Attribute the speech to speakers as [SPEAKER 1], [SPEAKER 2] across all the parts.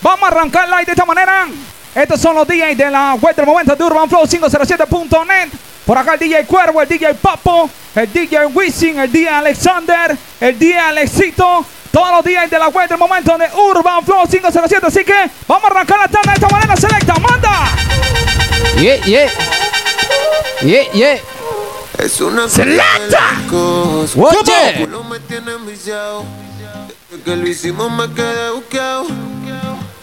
[SPEAKER 1] Vamos a arrancar live de esta manera. Estos son los DJs de la web del momento de Urban Flow 507.net. Por acá el DJ Cuervo, el DJ Papo, el DJ Wisin, el DJ Alexander, el DJ Alexito. Todos los DJs de la web del momento de Urban Flow 507. Así que vamos a arrancar la tanda de esta manera. Selecta, manda.
[SPEAKER 2] Yeah, yeah. Yeah, yeah.
[SPEAKER 3] Es una
[SPEAKER 2] ¡Selecta!
[SPEAKER 3] cosa.
[SPEAKER 2] Oye.
[SPEAKER 3] Culo me tiene enviciado. Desde que lo hicimos me quedé buqueado.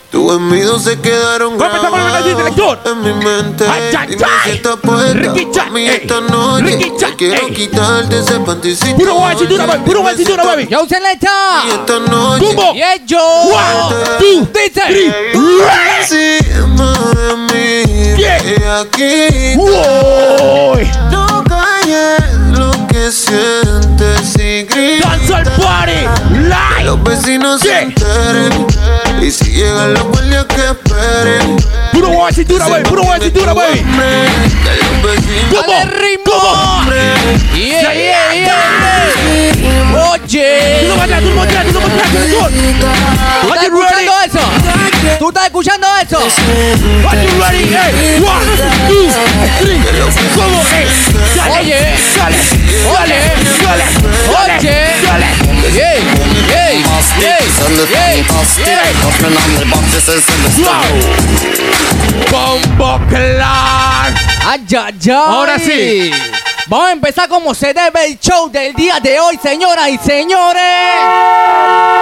[SPEAKER 3] Tus envidios se quedaron
[SPEAKER 2] Golpe, está golpe,
[SPEAKER 3] grabados
[SPEAKER 2] está director.
[SPEAKER 3] en mi mente.
[SPEAKER 2] Ay, ay,
[SPEAKER 3] Dime
[SPEAKER 2] ay.
[SPEAKER 3] si este estás puesta,
[SPEAKER 2] Ricky Chan,
[SPEAKER 3] mami,
[SPEAKER 2] ey.
[SPEAKER 3] esta noche.
[SPEAKER 2] Ricky Chan,
[SPEAKER 3] Yo quiero
[SPEAKER 2] ey.
[SPEAKER 3] quitarte ese pantisito.
[SPEAKER 4] Puro guachitura, baby. Puro guachitura, baby.
[SPEAKER 2] Yo,
[SPEAKER 3] Y
[SPEAKER 2] Selecta.
[SPEAKER 3] esta noche.
[SPEAKER 4] Bumbo.
[SPEAKER 1] 예.
[SPEAKER 2] Yeah, yo.
[SPEAKER 4] One,
[SPEAKER 2] two, three.
[SPEAKER 3] Encima de mí.
[SPEAKER 4] Yeah.
[SPEAKER 3] Y aquí
[SPEAKER 4] Uy,
[SPEAKER 3] no calles lo que sientes y gritas.
[SPEAKER 4] Danza al party. Live.
[SPEAKER 3] Los vecinos
[SPEAKER 4] Yeah.
[SPEAKER 3] se enteren Y si llegan los guardias que esperen
[SPEAKER 4] Puro guachitura, baby. Puro guachitura, baby.
[SPEAKER 3] Hombre, Que los vecinos
[SPEAKER 2] Dale ritmo. Yeah, yeah, yeah, yeah. Oye.
[SPEAKER 4] Tú no bailas, tú no bailas, tú no bailas, director.
[SPEAKER 2] ¿Tú
[SPEAKER 4] Are
[SPEAKER 2] estás
[SPEAKER 4] you ready?
[SPEAKER 2] escuchando eso? ¿Tú estás escuchando eso?
[SPEAKER 4] Are you ready? Hey, one, two, three. Como, hey, dale,
[SPEAKER 2] Oye.
[SPEAKER 4] dale,
[SPEAKER 2] Oye.
[SPEAKER 4] dale, dale,
[SPEAKER 2] Oye.
[SPEAKER 4] dale.
[SPEAKER 2] Yeah, yeah, yeah, yeah, yeah.
[SPEAKER 4] Wow. Eh. Bombo clar.
[SPEAKER 2] Ay, ay, ay.
[SPEAKER 4] Ahora sí.
[SPEAKER 2] Vamos a empezar como se debe el show del día de hoy, señoras y señores.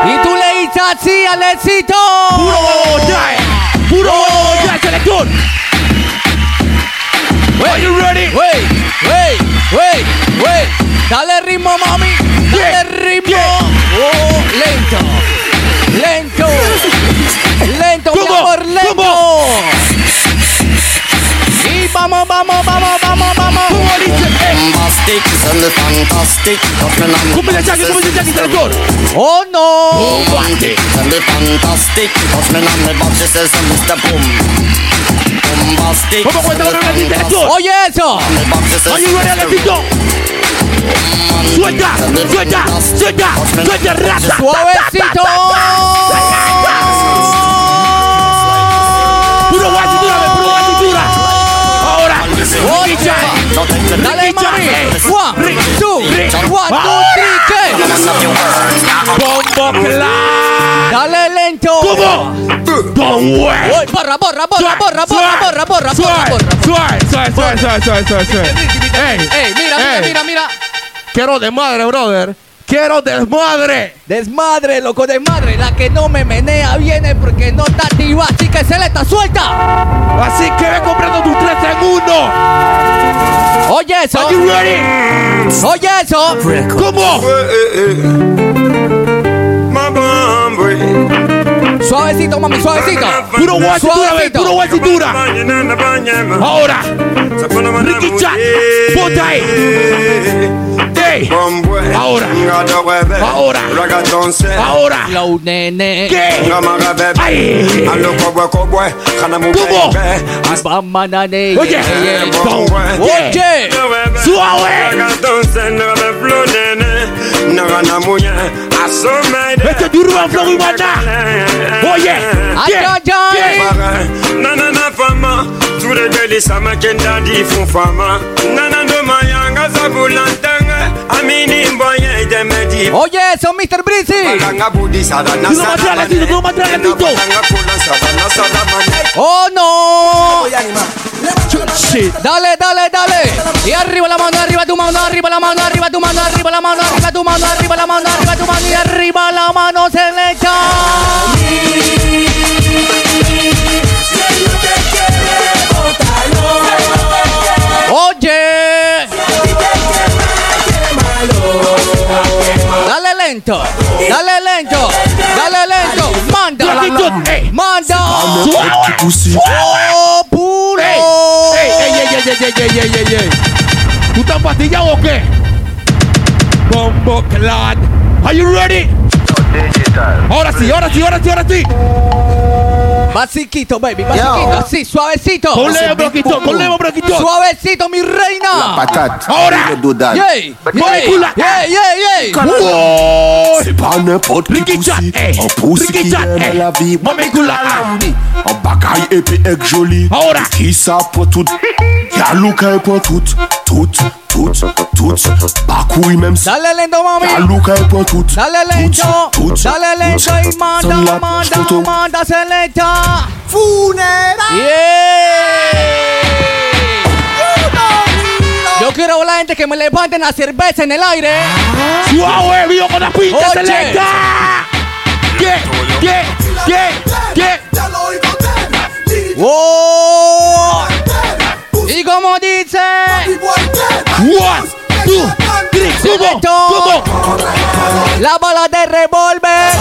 [SPEAKER 2] Y tú le dices así, Alexito.
[SPEAKER 4] Puro huevo, trae. Puro huevo, trae, selector. Are you ready?
[SPEAKER 2] Wey, wey, wey, wey. Dale ritmo, mami. Dale
[SPEAKER 4] Yeah,
[SPEAKER 2] ritmo.
[SPEAKER 4] yeah.
[SPEAKER 2] Oh, lento. Lento. Lento, mi
[SPEAKER 4] Combo,
[SPEAKER 2] amor, lento.
[SPEAKER 4] combo.
[SPEAKER 2] Y vamos, vamos, vamos, vamos, vamos.
[SPEAKER 4] Como dice, eh,
[SPEAKER 5] Bombastic, sound fantastic, offering on
[SPEAKER 4] ¿Cómo se llama? ¿Cómo se llama, selector?
[SPEAKER 2] Oh, no.
[SPEAKER 5] Bombastic, sound fantastic, offering on the boxes is a Mr. Boom. Bombastic,
[SPEAKER 4] Vamos a contar con una cinta, selector.
[SPEAKER 2] Oye, eso.
[SPEAKER 5] the boxes
[SPEAKER 4] Are you ready, Alexito? Suelta, suelta, suelta, suelta, rata.
[SPEAKER 2] Suavecito.
[SPEAKER 4] Puro guachitura, ve, puro guachitura. Ahora,
[SPEAKER 2] Oye.
[SPEAKER 4] Ricky Chan.
[SPEAKER 2] Dale, mami. One, two, one, two, three, que.
[SPEAKER 4] Bombo clar.
[SPEAKER 2] Dale lento.
[SPEAKER 4] ¿Cómo? Don West.
[SPEAKER 2] Uy, borra, borra, borra, borra, borra, borra, borra, borra, borra.
[SPEAKER 4] Suave, suave, suave, suave, suave, suave, suave. Ey,
[SPEAKER 2] Ey, mira, mira,
[SPEAKER 4] ey.
[SPEAKER 2] mira, mira.
[SPEAKER 4] Quiero desmadre, brother. Quiero desmadre.
[SPEAKER 2] Desmadre, loco, desmadre. La que no me menea viene porque no está activa. Así que se le está suelta.
[SPEAKER 4] Así que ve comprando tus tres en uno.
[SPEAKER 2] Oye eso.
[SPEAKER 4] Are you ready?
[SPEAKER 2] Oye eso.
[SPEAKER 4] ¿Cómo?
[SPEAKER 2] Suavecito, mami, suavecito.
[SPEAKER 4] Puro guachitura, ve, puro guachitura. Ahora, Ricky Chat, ponte ahí. Ey, Ahora. Ahora. ahora.
[SPEAKER 2] Flow, nene.
[SPEAKER 4] ¿Qué? Ay. ¿Cómo?
[SPEAKER 2] Bamana, nene.
[SPEAKER 4] Oye, don, oye,
[SPEAKER 2] Oye.
[SPEAKER 4] suave. Este es de Urban Flow y Maná. Oye,
[SPEAKER 2] Ay,
[SPEAKER 4] ¿qué?
[SPEAKER 2] ay, ay.
[SPEAKER 4] ¿Qué?
[SPEAKER 6] nanana fama turegeli samakendadi fun fama nanando mayanga sabulantanga amini mboye
[SPEAKER 4] Oh.
[SPEAKER 6] demedi
[SPEAKER 2] Oye eso, Mr. Breezy.
[SPEAKER 4] Tú no matas a la tito, tú no matas a la tito.
[SPEAKER 2] Oh, no.
[SPEAKER 4] Shit.
[SPEAKER 2] Dale, dale, dale. Y arriba la mano, arriba tu mano, arriba la mano, arriba tu mano, arriba la mano, arriba tu mano, arriba la mano, arriba tu mano y arriba la mano se le echa. Oye. Dale lento, dale lento, dale lento. Manda,
[SPEAKER 4] Platito, ey.
[SPEAKER 2] manda.
[SPEAKER 4] Suave.
[SPEAKER 2] Oh,
[SPEAKER 4] ¡Ey!
[SPEAKER 2] puro. Oh!
[SPEAKER 4] ¡Ey, ey, ey, ey, ey, ey, ey, ey, ey! ¿Tú estás pastillado o qué? Bombo Clad. Are you ready? Ahora sí, ahora sí, ahora sí, ahora sí.
[SPEAKER 2] Basiquito, baby, basiquito, así, suavecito.
[SPEAKER 4] Ponle broquito,
[SPEAKER 7] uh,
[SPEAKER 4] ponle broquito.
[SPEAKER 2] Suavecito, mi reina.
[SPEAKER 7] patate.
[SPEAKER 4] Ahora.
[SPEAKER 7] Il do that.
[SPEAKER 2] Yay,
[SPEAKER 4] Ponle
[SPEAKER 2] yay,
[SPEAKER 4] culaca.
[SPEAKER 2] yay, yay, yay.
[SPEAKER 4] Oh,
[SPEAKER 7] C'est pas n'importe qui
[SPEAKER 4] Ricky
[SPEAKER 7] poussi,
[SPEAKER 4] Chat, eh.
[SPEAKER 7] un poussi
[SPEAKER 4] Ricky
[SPEAKER 7] qui
[SPEAKER 4] Chat, eh.
[SPEAKER 7] aime la vie,
[SPEAKER 4] Bon, mais
[SPEAKER 7] tout la lambi, un bagaille épais et joli,
[SPEAKER 4] Ahora.
[SPEAKER 7] Et qui ça pour tout, y'a Luca et pour tout, tout, tout, tout, pas couille même si,
[SPEAKER 2] Dale lento, mami.
[SPEAKER 7] y'a Luca et pour tout,
[SPEAKER 2] Dale
[SPEAKER 7] tout,
[SPEAKER 2] lento,
[SPEAKER 7] tout,
[SPEAKER 2] dale lento
[SPEAKER 7] tout.
[SPEAKER 2] y manda,
[SPEAKER 7] Sonne la
[SPEAKER 2] manda,
[SPEAKER 7] poche, toto.
[SPEAKER 2] manda, se lenta. Yeah. Yo quiero ver la gente que me levanten la cerveza en el aire.
[SPEAKER 4] Suave, vivo con la pinta
[SPEAKER 2] Oye.
[SPEAKER 4] selecta. ¿Qué? ¿Qué? ¿Qué? ¿Qué?
[SPEAKER 2] ¡Oh! Y como dice,
[SPEAKER 4] One, two, three. ¿Cómo?
[SPEAKER 2] Selecto.
[SPEAKER 4] ¿Cómo?
[SPEAKER 2] la bala de revólver.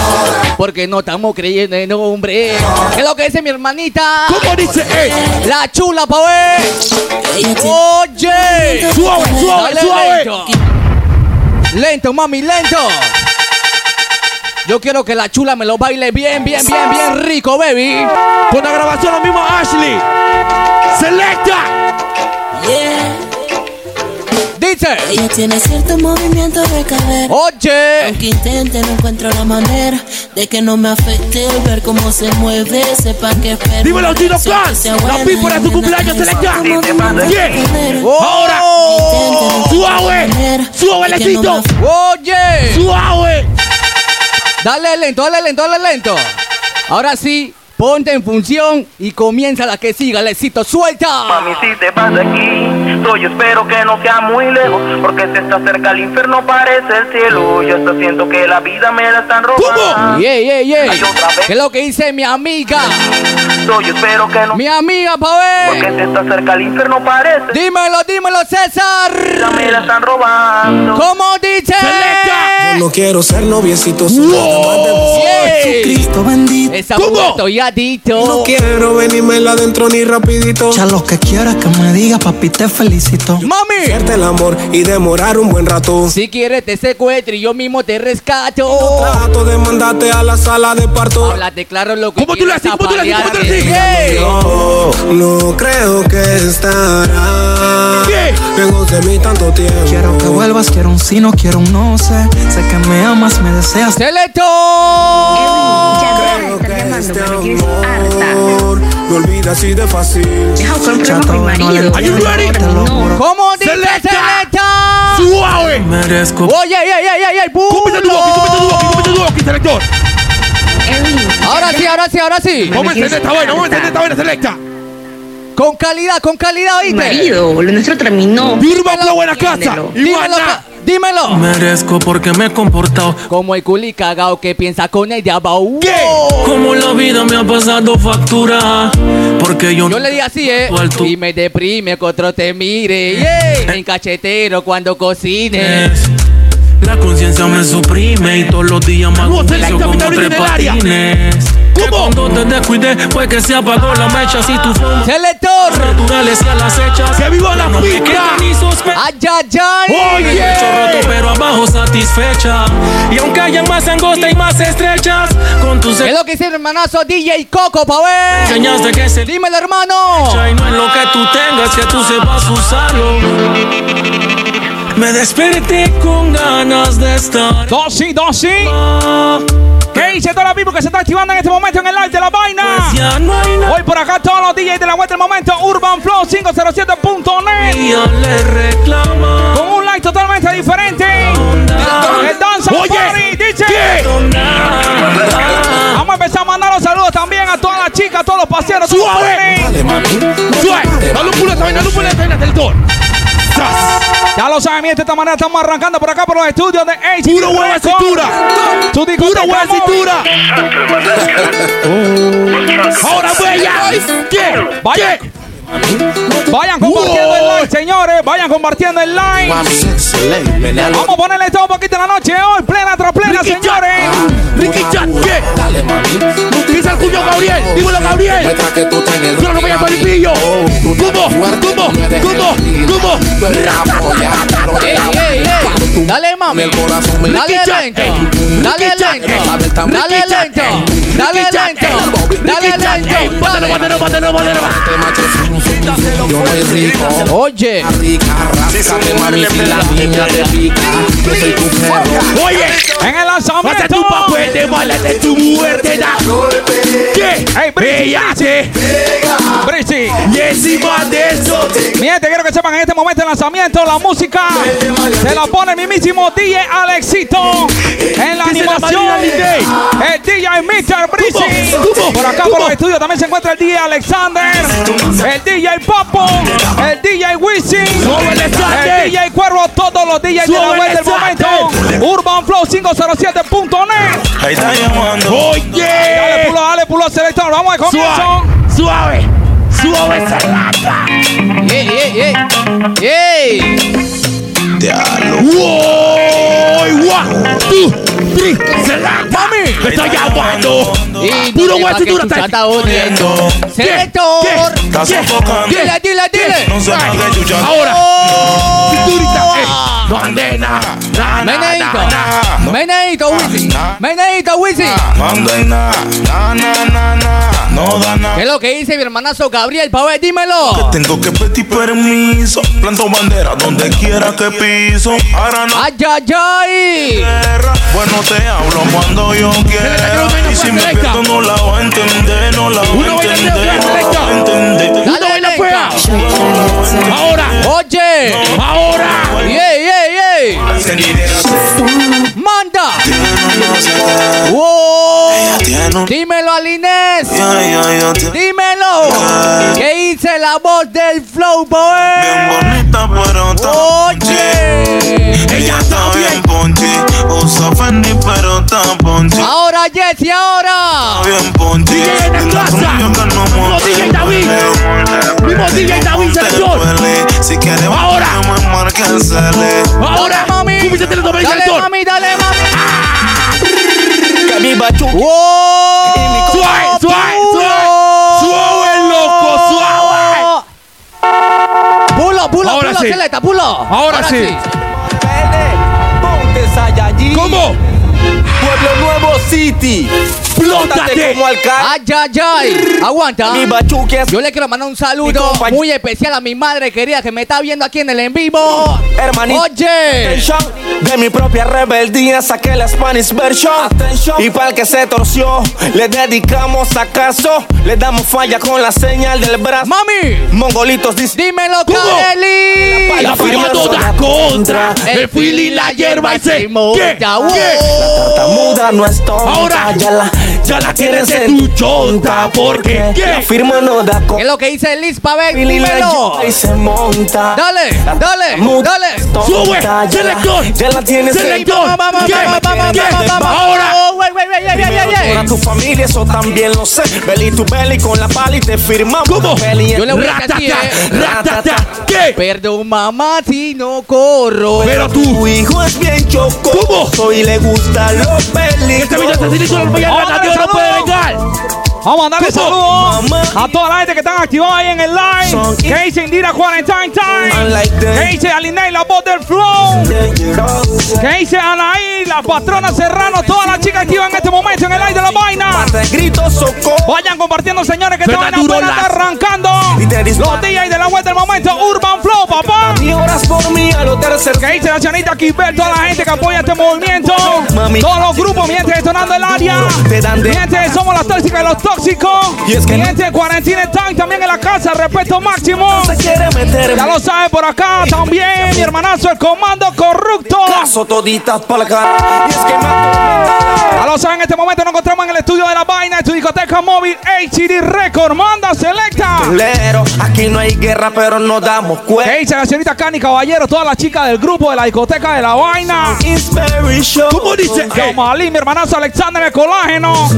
[SPEAKER 2] Porque no estamos creyendo en hombre. Es lo que dice mi hermanita.
[SPEAKER 4] ¿Cómo dice? Eh,
[SPEAKER 2] La chula, pa' ver. Oye.
[SPEAKER 4] suave, suave,
[SPEAKER 2] Dale
[SPEAKER 4] suave.
[SPEAKER 2] lento. Lento, mami, lento. Yo quiero que la chula me lo baile bien, bien, bien, bien rico, baby. Pues
[SPEAKER 4] Con la grabación lo mismo Ashley. Selecta.
[SPEAKER 2] Dice,
[SPEAKER 8] Ella tiene cierto movimiento de cadera.
[SPEAKER 2] oye.
[SPEAKER 8] Aunque intente, no encuentro la manera de que no me afecte el ver cómo se mueve. Sepa que espero.
[SPEAKER 4] Dímelo, Tino
[SPEAKER 8] Siempre
[SPEAKER 4] Clan.
[SPEAKER 8] sea
[SPEAKER 4] La
[SPEAKER 8] buena,
[SPEAKER 4] pípora de tu
[SPEAKER 8] nena,
[SPEAKER 4] cumpleaños,
[SPEAKER 8] tiene
[SPEAKER 4] Selecta.
[SPEAKER 8] cierto movimiento de
[SPEAKER 4] Yeah.
[SPEAKER 8] cadera.
[SPEAKER 4] Ahora.
[SPEAKER 8] Intente, no
[SPEAKER 4] Suave.
[SPEAKER 8] encuentro la manera
[SPEAKER 4] Suave,
[SPEAKER 8] de que
[SPEAKER 4] Lecito.
[SPEAKER 8] no me afecte.
[SPEAKER 2] Oye.
[SPEAKER 4] Suave.
[SPEAKER 2] Dale lento, dale lento, dale lento. Ahora sí, ponte en función y comienza la que siga, lecito. Suelta.
[SPEAKER 9] Mami, si te vas de aquí, yo espero que no sea muy lejos, porque si estás cerca el infierno parece el cielo. Yo hasta siento que la vida me la están robando.
[SPEAKER 2] Yeah, yeah, yeah.
[SPEAKER 9] Ay, otra vez.
[SPEAKER 2] Que es lo que dice mi amiga.
[SPEAKER 9] So, yo espero que no,
[SPEAKER 2] Mi amiga, pa'
[SPEAKER 9] porque
[SPEAKER 2] ver.
[SPEAKER 9] si estás cerca el infierno parece
[SPEAKER 2] Dímelo, dímelo, César.
[SPEAKER 9] la vida me la están robando.
[SPEAKER 2] ¿Cómo dice?
[SPEAKER 4] Selecta.
[SPEAKER 3] No quiero ser noviecito
[SPEAKER 4] Wow.
[SPEAKER 2] Yeah.
[SPEAKER 3] Cristo bendito.
[SPEAKER 2] Esa
[SPEAKER 4] ¿Cómo?
[SPEAKER 2] mujer estoy adicto.
[SPEAKER 3] No quiero venirme la adentro ni rapidito. Ya lo que quieras que me digas, papi, te felicito.
[SPEAKER 2] Mami,
[SPEAKER 3] Hacerte el amor y demorar un buen rato.
[SPEAKER 2] si quieres te secuestro y yo mismo te rescato.
[SPEAKER 3] Trato de mandarte a la sala de parto.
[SPEAKER 2] Háblate claro lo que
[SPEAKER 4] ¿Cómo tú lo
[SPEAKER 2] quieres,
[SPEAKER 4] haces? ¿Cómo tú lo haces? ¿Cómo tú lo
[SPEAKER 2] apalearme.
[SPEAKER 4] haces?
[SPEAKER 2] Yeah.
[SPEAKER 3] No, no creo que estará
[SPEAKER 4] ¿Qué?
[SPEAKER 3] lejos de mí tanto tiempo. Quiero que vuelvas, quiero un sí, no quiero un no sé. Sé que me amas, me deseas.
[SPEAKER 2] Selecto.
[SPEAKER 3] este
[SPEAKER 6] este
[SPEAKER 3] Me olvidas así de fácil.
[SPEAKER 4] Are you ready?
[SPEAKER 2] ¿Cómo dice
[SPEAKER 4] Selecta.
[SPEAKER 2] Selecta?
[SPEAKER 4] Suave.
[SPEAKER 3] Merezco
[SPEAKER 2] Oye, ay, ay, ay, ay, ay,
[SPEAKER 4] Comienza tu walkie, comienza tu
[SPEAKER 2] burro.
[SPEAKER 4] walkie, comienza tu walkie, selector.
[SPEAKER 2] Ahora sí, ahora sí, ahora sí.
[SPEAKER 4] Vamos a encender esta vaina, vamos a encender esta vaina, selecta.
[SPEAKER 2] Con calidad, con calidad, ¿viste?
[SPEAKER 8] lo nuestro terminó.
[SPEAKER 4] Durban Flow en la casa.
[SPEAKER 2] Dímelo,
[SPEAKER 4] Iguana.
[SPEAKER 2] dímelo.
[SPEAKER 3] Merezco porque me he comportado
[SPEAKER 2] Como el culi cagao que piensa con ella, uh. baú.
[SPEAKER 4] ¿Qué?
[SPEAKER 3] Como la vida me ha pasado factura Porque yo,
[SPEAKER 2] Yo le di así, eh.
[SPEAKER 3] Igual tú.
[SPEAKER 2] Y me deprime que otro te mire.
[SPEAKER 4] Eh.
[SPEAKER 2] Yeah. En cachetero cuando cocine.
[SPEAKER 3] es. La conciencia me suprime Y todos los días me
[SPEAKER 4] Vamos,
[SPEAKER 3] acondicio
[SPEAKER 4] selecta,
[SPEAKER 3] como
[SPEAKER 4] Vital
[SPEAKER 3] tres
[SPEAKER 4] Originaria.
[SPEAKER 3] patines Que
[SPEAKER 4] ¿Cómo?
[SPEAKER 3] Cuando te descuidé Fue que se apagó la mecha Si tu fumas
[SPEAKER 2] Selector.
[SPEAKER 3] naturales y a las hechas
[SPEAKER 4] ¡Que viva la
[SPEAKER 3] No me
[SPEAKER 4] pica!
[SPEAKER 3] quedan ni sospechas
[SPEAKER 2] Ay, ay, ay.
[SPEAKER 4] Oye.
[SPEAKER 3] Mucho roto, pero abajo satisfecha Y aunque haya más angosta y más estrechas Con tus
[SPEAKER 2] ¿Qué es lo que dice el hermanazo DJ Coco, pa' ver?
[SPEAKER 3] enseñas de que se
[SPEAKER 2] Dímelo, hermano.
[SPEAKER 3] Y no es lo que tú tengas, que tú sepas usarlo. Me desperté con ganas de estar.
[SPEAKER 1] Dosi, dosi.
[SPEAKER 3] más.
[SPEAKER 1] ¿Qué dice toda la people que se está activando en este momento en el live de la vaina?
[SPEAKER 10] Pues
[SPEAKER 3] Ya no hay nada.
[SPEAKER 1] Hoy por acá todos los DJs de la vuelta del momento, Urban Flow 507.net,
[SPEAKER 3] Y yo le reclama.
[SPEAKER 1] con un live totalmente diferente. El Danza Party,
[SPEAKER 4] Oye.
[SPEAKER 1] dice.
[SPEAKER 4] ¿Qué?
[SPEAKER 1] Vamos a empezar a mandar los saludos también a todas las chicas, a todos los paseros. todos los
[SPEAKER 4] Suave.
[SPEAKER 1] panes.
[SPEAKER 4] Suave. Dale un pulo a esta vaina, dale un pulo a esta vaina, selector. Tras.
[SPEAKER 1] Ya lo saben, mi gente, de esta manera estamos arrancando por acá por los estudios de H.
[SPEAKER 4] Puro huevo de cintura.
[SPEAKER 1] Tu discoteca
[SPEAKER 4] Puro huevo de
[SPEAKER 1] móvil.
[SPEAKER 4] cintura. Oh. Ahora bella. ¿Qué?
[SPEAKER 1] Vaya.
[SPEAKER 4] ¿Qué?
[SPEAKER 1] Vayan compartiendo el
[SPEAKER 4] Wow.
[SPEAKER 1] like, señores. Vayan compartiendo el like. Vamos a ponerle todo un poquito en la noche hoy. Plena tras plena,
[SPEAKER 4] Ricky Chat.
[SPEAKER 1] señores.
[SPEAKER 4] Ricky Chat. ¿Qué? Dice el cuño Gabriel. Dímelo, Gabriel. Pero no vayas palipillo. ¿Cómo? ¿Cómo? ¿Cómo? ¿Cómo?
[SPEAKER 2] Ey, ey. Dale, mami. Dale
[SPEAKER 4] Ricky Chat,
[SPEAKER 2] lento.
[SPEAKER 4] ey.
[SPEAKER 2] Dale
[SPEAKER 4] Ricky eh. Chat,
[SPEAKER 2] lento.
[SPEAKER 4] ey.
[SPEAKER 2] Dale
[SPEAKER 4] Ricky Chat,
[SPEAKER 2] lento.
[SPEAKER 4] ey.
[SPEAKER 2] Dale
[SPEAKER 4] Ricky eh. Chat,
[SPEAKER 2] lento. Dale, dale,
[SPEAKER 4] Ey, bátelo, bátelo, bátelo, bátelo.
[SPEAKER 5] Yo soy rico.
[SPEAKER 2] Oye.
[SPEAKER 5] Arráscate, mami, si la niña te pica. Yo soy tu perro.
[SPEAKER 4] Oye,
[SPEAKER 1] En el
[SPEAKER 4] vas a
[SPEAKER 1] lanzamiento.
[SPEAKER 4] tu papel de malete, tu mujer te da golpe. ¿Qué?
[SPEAKER 1] Ey, Brici.
[SPEAKER 4] Ella te
[SPEAKER 1] Brici.
[SPEAKER 4] y encima de eso te
[SPEAKER 1] Mi gente, quiero que sepan en este momento el lanzamiento, la música se la pone el mismísimo DJ Alexito en la
[SPEAKER 4] Dice la
[SPEAKER 1] animación.
[SPEAKER 4] madrina Lindy.
[SPEAKER 1] El DJ Mr. Breezy.
[SPEAKER 4] Tubo,
[SPEAKER 1] Por acá
[SPEAKER 4] tubo.
[SPEAKER 1] por los estudios también se encuentra el DJ Alexander, el DJ Popo, el DJ Wisin,
[SPEAKER 4] Súbele,
[SPEAKER 1] el
[SPEAKER 4] Sander.
[SPEAKER 1] DJ Cuervo, todos los DJs de la
[SPEAKER 4] Súbele,
[SPEAKER 1] web del
[SPEAKER 4] Sander.
[SPEAKER 1] momento. Urban Flow 507.net.
[SPEAKER 3] Ahí está llamando.
[SPEAKER 4] Oh,
[SPEAKER 1] Dale
[SPEAKER 4] Oye
[SPEAKER 1] pulo, dale pulo, selector. Vamos al comienzo.
[SPEAKER 4] Suave Suave Suave esa lata
[SPEAKER 2] Ey, ey, ey. Ey.
[SPEAKER 4] Uy, one, two, three Se lata Mami Me estoy aguando
[SPEAKER 2] Y
[SPEAKER 4] Puro
[SPEAKER 2] dile pa'
[SPEAKER 4] hueso
[SPEAKER 2] que
[SPEAKER 4] dura
[SPEAKER 2] tu
[SPEAKER 4] está-
[SPEAKER 2] chata odiando. Selector.
[SPEAKER 3] Está sofocando.
[SPEAKER 4] ¿Qué?
[SPEAKER 2] Dile, dile,
[SPEAKER 3] No
[SPEAKER 2] dile.
[SPEAKER 3] se pague chucha.
[SPEAKER 4] Ahora
[SPEAKER 2] Oh.
[SPEAKER 4] Cinturita eh.
[SPEAKER 11] Oh.
[SPEAKER 4] Condena Na, na, na,
[SPEAKER 2] Meneito.
[SPEAKER 4] na
[SPEAKER 2] Meneito, Wizzy. Meneito, Wizzy.
[SPEAKER 3] Condena. Na, na, na, na. No da nada.
[SPEAKER 2] ¿Qué es lo que dice mi hermanazo Gabriel? Pa' ver, dímelo.
[SPEAKER 3] Tengo que pedir permiso. Planto bandera donde quiera que piso. Ahora no
[SPEAKER 2] Ay, ay, ay.
[SPEAKER 3] guerra. Bueno, te hablo cuando yo
[SPEAKER 4] Selecta, que
[SPEAKER 3] quiera.
[SPEAKER 4] no venga
[SPEAKER 3] Y si
[SPEAKER 4] fuera,
[SPEAKER 3] me
[SPEAKER 4] selecta.
[SPEAKER 3] pierdo, no la voy a entender. No la voy
[SPEAKER 4] Uno
[SPEAKER 3] a
[SPEAKER 4] baila,
[SPEAKER 3] entender.
[SPEAKER 4] selecta,
[SPEAKER 3] No la
[SPEAKER 4] selecta.
[SPEAKER 3] voy a entender.
[SPEAKER 4] Una
[SPEAKER 2] Dale,
[SPEAKER 4] vaina fea
[SPEAKER 2] venga.
[SPEAKER 4] Ahora
[SPEAKER 2] Oye.
[SPEAKER 4] Ahora
[SPEAKER 2] Ey, ey, ey. Manda. Wow. Dímelo a Inés. Dímelo. ¿Qué hice la voz del flow,
[SPEAKER 3] Bien
[SPEAKER 2] boy?
[SPEAKER 3] bonita, pero está
[SPEAKER 2] Oye.
[SPEAKER 3] Ella está bien ponchi. Usa Fendi, pero está ponchi.
[SPEAKER 2] Ahora, Jessy, ahora.
[SPEAKER 3] Bien ponchi.
[SPEAKER 4] DJ en la
[SPEAKER 3] Tengo
[SPEAKER 4] casa.
[SPEAKER 3] novio que no
[SPEAKER 4] Mismo
[SPEAKER 3] monte
[SPEAKER 4] DJ
[SPEAKER 3] el
[SPEAKER 4] David.
[SPEAKER 3] baile.
[SPEAKER 4] Mismo DJ David
[SPEAKER 3] Monte el
[SPEAKER 4] Selector
[SPEAKER 3] baile. Si quieres,
[SPEAKER 4] Ahora.
[SPEAKER 3] vamos a marcarle.
[SPEAKER 4] Ahora
[SPEAKER 2] Dale, mami.
[SPEAKER 4] Tú me hiciste el doble
[SPEAKER 2] Dale,
[SPEAKER 4] director.
[SPEAKER 2] mami, dale, mami. Wow.
[SPEAKER 4] Suave, suave, suave.
[SPEAKER 2] Pulo.
[SPEAKER 4] Suave, loco, suave.
[SPEAKER 2] Pulo, pulo,
[SPEAKER 4] Ahora
[SPEAKER 2] pulo,
[SPEAKER 4] sí.
[SPEAKER 2] Celeta, pulo.
[SPEAKER 4] Ahora sí. ¿Cómo?
[SPEAKER 11] Pueblo Nuevo City.
[SPEAKER 4] Plótate.
[SPEAKER 11] como alcalde.
[SPEAKER 2] Ay, ay, ay. Aguanta.
[SPEAKER 11] Mi bachuque es
[SPEAKER 2] Yo le quiero mandar un saludo
[SPEAKER 11] compañ-
[SPEAKER 2] muy especial a mi madre querida que me está viendo aquí en el en vivo.
[SPEAKER 11] hermanito.
[SPEAKER 2] Oye.
[SPEAKER 11] Atención, De mi propia rebeldía saqué la Spanish version. Y para el que se torció, le dedicamos acaso. Le damos falla con la señal del brazo.
[SPEAKER 2] Mami.
[SPEAKER 11] Mongolitos dicen.
[SPEAKER 2] Dímelo,
[SPEAKER 4] ¿Cómo?
[SPEAKER 2] Kareli.
[SPEAKER 4] La firma toda contra El feeling, la hierba y se
[SPEAKER 2] oh,
[SPEAKER 4] ¿Qué? ¿Qué?
[SPEAKER 11] Tartamuda no es tonta.
[SPEAKER 4] Ahora.
[SPEAKER 11] ya la,
[SPEAKER 4] Ya la tienes en
[SPEAKER 11] tu
[SPEAKER 4] tu chonta Porque
[SPEAKER 11] La
[SPEAKER 4] ¿Qué?
[SPEAKER 11] firma no da con.
[SPEAKER 2] ¿Qué es lo que dice Liz Pavel?
[SPEAKER 11] Billy
[SPEAKER 2] Dímelo.
[SPEAKER 11] la- y se monta.
[SPEAKER 2] Dale, dale,
[SPEAKER 11] Muda,
[SPEAKER 2] dale.
[SPEAKER 11] tonta,
[SPEAKER 4] Sube,
[SPEAKER 11] ya la-
[SPEAKER 4] selector.
[SPEAKER 11] Ya la tienes en-
[SPEAKER 4] Selector.
[SPEAKER 2] Vamos, vamos,
[SPEAKER 4] ¿Qué?
[SPEAKER 2] vamos, vamos,
[SPEAKER 4] ¿Qué?
[SPEAKER 2] vamos, vamos.
[SPEAKER 4] Ahora.
[SPEAKER 2] Oh, wey, wey, wey, wey, wey, wey.
[SPEAKER 11] Ahora tu familia, eso también lo sé. Belly tu belly con la pali te firmamos.
[SPEAKER 4] ¿Cómo?
[SPEAKER 11] Belly en-
[SPEAKER 2] Yo le voy a decir
[SPEAKER 4] Ratata,
[SPEAKER 2] así, eh.
[SPEAKER 4] ratata ¿Qué?
[SPEAKER 2] Perdón, mamá, si no corro.
[SPEAKER 4] Pero tú
[SPEAKER 11] Tu hijo es bien
[SPEAKER 4] ¿Cómo?
[SPEAKER 11] chocoso y le gusta los
[SPEAKER 4] Este video
[SPEAKER 11] pelitos.
[SPEAKER 4] está sin solo voy a
[SPEAKER 1] Ahora
[SPEAKER 4] ganar Dios no
[SPEAKER 1] saludo.
[SPEAKER 4] puede vengar
[SPEAKER 1] Vamos a mandarle
[SPEAKER 4] ¿Cómo?
[SPEAKER 1] saludos
[SPEAKER 11] Mamá.
[SPEAKER 1] a toda la gente que están activada ahí en el live.
[SPEAKER 11] Son-
[SPEAKER 1] Que dice Indira Quarantine
[SPEAKER 11] Unlike
[SPEAKER 1] Time.
[SPEAKER 11] them.
[SPEAKER 1] Que dice Alinei, la voz del flow. Que dice Anaí, la patrona Serrano. Todas las chicas activas en este momento en el live de la vaina.
[SPEAKER 11] Mata gritos socorro.
[SPEAKER 1] Vayan compartiendo, señores, que esta
[SPEAKER 4] Suena
[SPEAKER 1] vaina
[SPEAKER 4] duro
[SPEAKER 1] apenas
[SPEAKER 4] las-
[SPEAKER 1] está arrancando.
[SPEAKER 11] Y te dispara.
[SPEAKER 1] Los días de la vuelta del momento. Urban Flow, papá.
[SPEAKER 11] Y horas por mí a lo tercer.
[SPEAKER 1] Que dice la chanita Kimber, toda la gente que apoya este movimiento.
[SPEAKER 11] Mami.
[SPEAKER 1] Todos los grupos, mientras detonando el área.
[SPEAKER 11] Te dan de-
[SPEAKER 1] Mientras somos las tóxicas y los tóxicos.
[SPEAKER 11] Y es que no-
[SPEAKER 1] Mientras cuarentena están también en la casa, respeto máximo.
[SPEAKER 11] Se quiere meter.
[SPEAKER 1] Ya lo saben por acá también, mi hermanazo, el comando corrupto.
[SPEAKER 11] Caso toditas para la cara. Y es que mato.
[SPEAKER 1] Ya lo saben, en este momento nos encontramos en el estudio de la vaina, en tu discoteca móvil, HD Record, manda selecta.
[SPEAKER 11] Lero, aquí no hay guerra, pero no damos
[SPEAKER 1] Que
[SPEAKER 11] cuenta.
[SPEAKER 1] dice la señorita Cani Caballero, todas las chicas del grupo de la discoteca de la vaina.
[SPEAKER 11] Inspiration.
[SPEAKER 4] ¿Cómo dice? Eh.
[SPEAKER 1] Yo, Malí, mi hermanazo Alexander, el colágeno.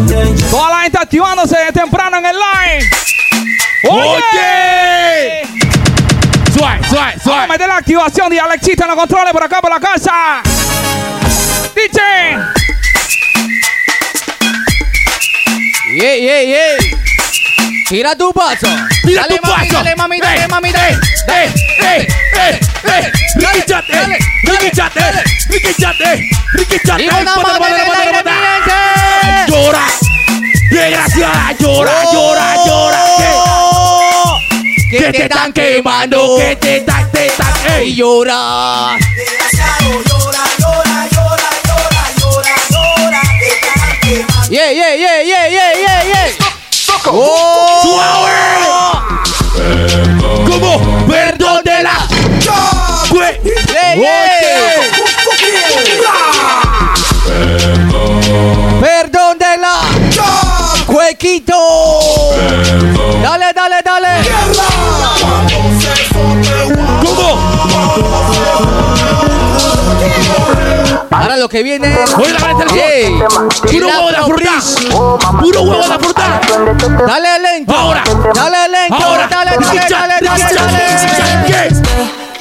[SPEAKER 1] Toda la gente activándose de temprano en el live.
[SPEAKER 4] Oye Suave, suave,
[SPEAKER 1] Vamos a
[SPEAKER 4] suave
[SPEAKER 1] meter la activación de Alexita en los controles por acá, por la casa. DJ.
[SPEAKER 2] Yeah, yeah, yeah. Tira tu paso.
[SPEAKER 4] Tira
[SPEAKER 2] dale,
[SPEAKER 4] tu
[SPEAKER 2] mami,
[SPEAKER 4] paso.
[SPEAKER 2] Dale, mami,
[SPEAKER 4] Ey,
[SPEAKER 2] dale, mami, dale.
[SPEAKER 4] ¡Eh, eh, eh, eh! ¡Ricky Chat,
[SPEAKER 2] dale,
[SPEAKER 4] eh! ¡Ricky Chat, eh! ¡Ricky Chat, eh! ¡Ricky Chat, eh!
[SPEAKER 2] Y una
[SPEAKER 4] Bótalo,
[SPEAKER 2] mano en
[SPEAKER 4] bótalo,
[SPEAKER 2] el
[SPEAKER 4] bótalo,
[SPEAKER 2] aire, mi
[SPEAKER 4] bótalo.
[SPEAKER 2] gente.
[SPEAKER 4] ¡Llora! Desgraciada, llora,
[SPEAKER 2] Oh.
[SPEAKER 4] llora, llora. Que, que te están quemando, que te están, te están, ey. llora.
[SPEAKER 2] Yeah, yeah, yeah, yeah, yeah, yeah, yeah. Oh.
[SPEAKER 4] Eh, ¿Cómo? Perdónela. Güey.
[SPEAKER 2] Perdón de la Cuequito. Dale, dale, dale. Ahora lo que viene es.
[SPEAKER 4] Oye, la venta del
[SPEAKER 2] Ey,
[SPEAKER 4] Puro
[SPEAKER 2] la
[SPEAKER 4] huevo de la fruta. Puro huevo de la fruta.
[SPEAKER 2] Dale lento.
[SPEAKER 4] Ahora.
[SPEAKER 2] Dale lento.
[SPEAKER 4] Ahora.
[SPEAKER 2] Dale, dale,
[SPEAKER 4] Dicha,
[SPEAKER 2] dale, dale,
[SPEAKER 4] dicha,
[SPEAKER 2] dale.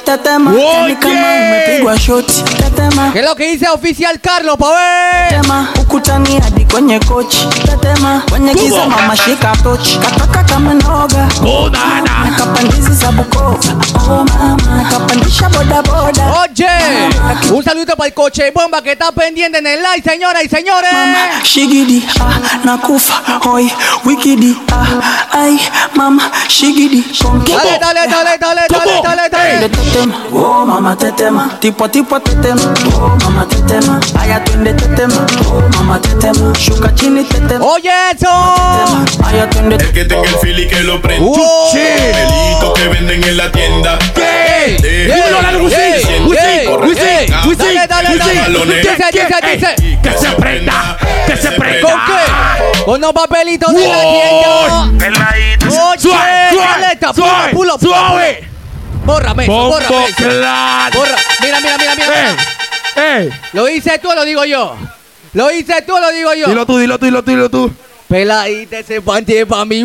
[SPEAKER 8] Tata más que mi cama, me pego a shoti. Tata más,
[SPEAKER 2] ¿Qué es lo que dice oficial Carlos, pa' ver?
[SPEAKER 8] tata más, ukutani hadi kwenye kochi. Tata más, kwenye giza
[SPEAKER 4] Kubwa.
[SPEAKER 8] mama shika tochi. Katoka kama noga.
[SPEAKER 4] Oh, nana.
[SPEAKER 8] Nakapandizi za Bukoba. Oh mama, nakapandisha boda boda.
[SPEAKER 2] Oye, un saludo para el coche bomba que está pendiente en el live, señoras y señores.
[SPEAKER 8] Shigidi ah, nakufa hoi wikidi ah, ai mama shigidi konke
[SPEAKER 2] Dale, dale, dale, dale, dale, dale, dale.
[SPEAKER 8] Twende tetema, oh mama tetema, tipo tipo tetema, oh mama tetema, aya twende tetema, oh mama tetema, shuka chini tetema,
[SPEAKER 2] Oye, eso.
[SPEAKER 8] aya twende
[SPEAKER 12] El que tenga el fili que lo prenda. Pelito que venden en la tienda.
[SPEAKER 4] Dímelo, Lalo, Gusi, Gusi, Gusi, Gusi,
[SPEAKER 2] Dale, dale, dale.
[SPEAKER 4] Gusi.
[SPEAKER 2] Dice, dice, dice.
[SPEAKER 4] Ey, Que se prenda, que se prenda.
[SPEAKER 2] ¿Con qué? Con los papelitos de la tienda.
[SPEAKER 4] Suave,
[SPEAKER 2] Oye,
[SPEAKER 4] suave,
[SPEAKER 2] caleta,
[SPEAKER 4] suave,
[SPEAKER 2] pull up, pull up.
[SPEAKER 4] suave.
[SPEAKER 2] Bórrame, eso,
[SPEAKER 4] Bombo
[SPEAKER 2] bórrame. eso.
[SPEAKER 4] claro.
[SPEAKER 2] Borra. Mira, mira, mira, mira. mira.
[SPEAKER 1] ¡Ey!
[SPEAKER 2] Lo hice tú, o lo digo yo. Lo hice tú, o lo digo yo.
[SPEAKER 4] Dilo tú, dilo tú, dilo tú, dilo tú.
[SPEAKER 2] Peladita ese panty para mí.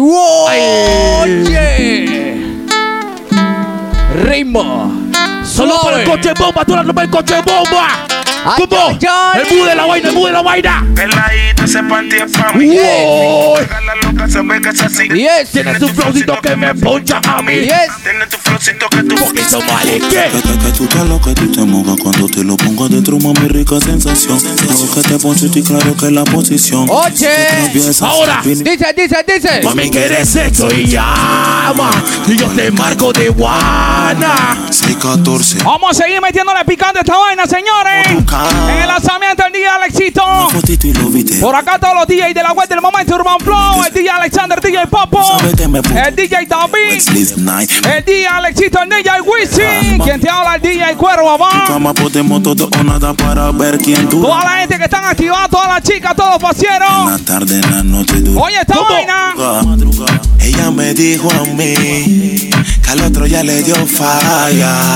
[SPEAKER 2] Oye. Ritmo.
[SPEAKER 4] Solo para el
[SPEAKER 2] Suave.
[SPEAKER 4] coche bomba, tú la ropa el coche bomba.
[SPEAKER 2] Ay,
[SPEAKER 4] ¿Cómo?
[SPEAKER 2] ay, ay.
[SPEAKER 4] El mude de la vaina, el mude de la vaina.
[SPEAKER 13] Peladita, ese panty es pa' mí.
[SPEAKER 4] Uy,
[SPEAKER 13] La loca se ve que es así.
[SPEAKER 2] Y ese.
[SPEAKER 4] Tienes un flowcito que me poncha a mí.
[SPEAKER 2] Y ese.
[SPEAKER 13] Tiene tu flowcito que tú
[SPEAKER 4] Porque somos alegres.
[SPEAKER 14] Que te cachucha lo que tú te mojas cuando te lo pongo adentro, mami, rica sensación. Hago que te ponchito y claro que la posición.
[SPEAKER 2] Oye.
[SPEAKER 14] Empieza
[SPEAKER 4] Ahora.
[SPEAKER 2] Dice, dice, dice.
[SPEAKER 4] Mami, quieres sexo y llama. Y yo te marco de guana.
[SPEAKER 14] 614.
[SPEAKER 1] Vamos a seguir metiéndole picante a esta vaina, señores. En el lanzamiento del día Alexito.
[SPEAKER 14] Fotito y lo viste.
[SPEAKER 1] Por acá todos los DJs de la web del momento Urban Flow. El DJ Alexander, el DJ Popo.
[SPEAKER 14] Sabes que me pongo.
[SPEAKER 1] El DJ David.
[SPEAKER 14] Sleep night.
[SPEAKER 1] El DJ Alexito, el DJ Wisin. Quien te habla, el DJ Cuervo, va.
[SPEAKER 14] Cama podemos todo o nada para ver quién tú.
[SPEAKER 1] Toda la gente que están activada, todas las chicas, todos los
[SPEAKER 14] En
[SPEAKER 1] pasieros.
[SPEAKER 14] la tarde, en la noche dura.
[SPEAKER 1] Oye, esta vaina.
[SPEAKER 14] Madruga. Ella me dijo a mí que al otro ya le dio falla.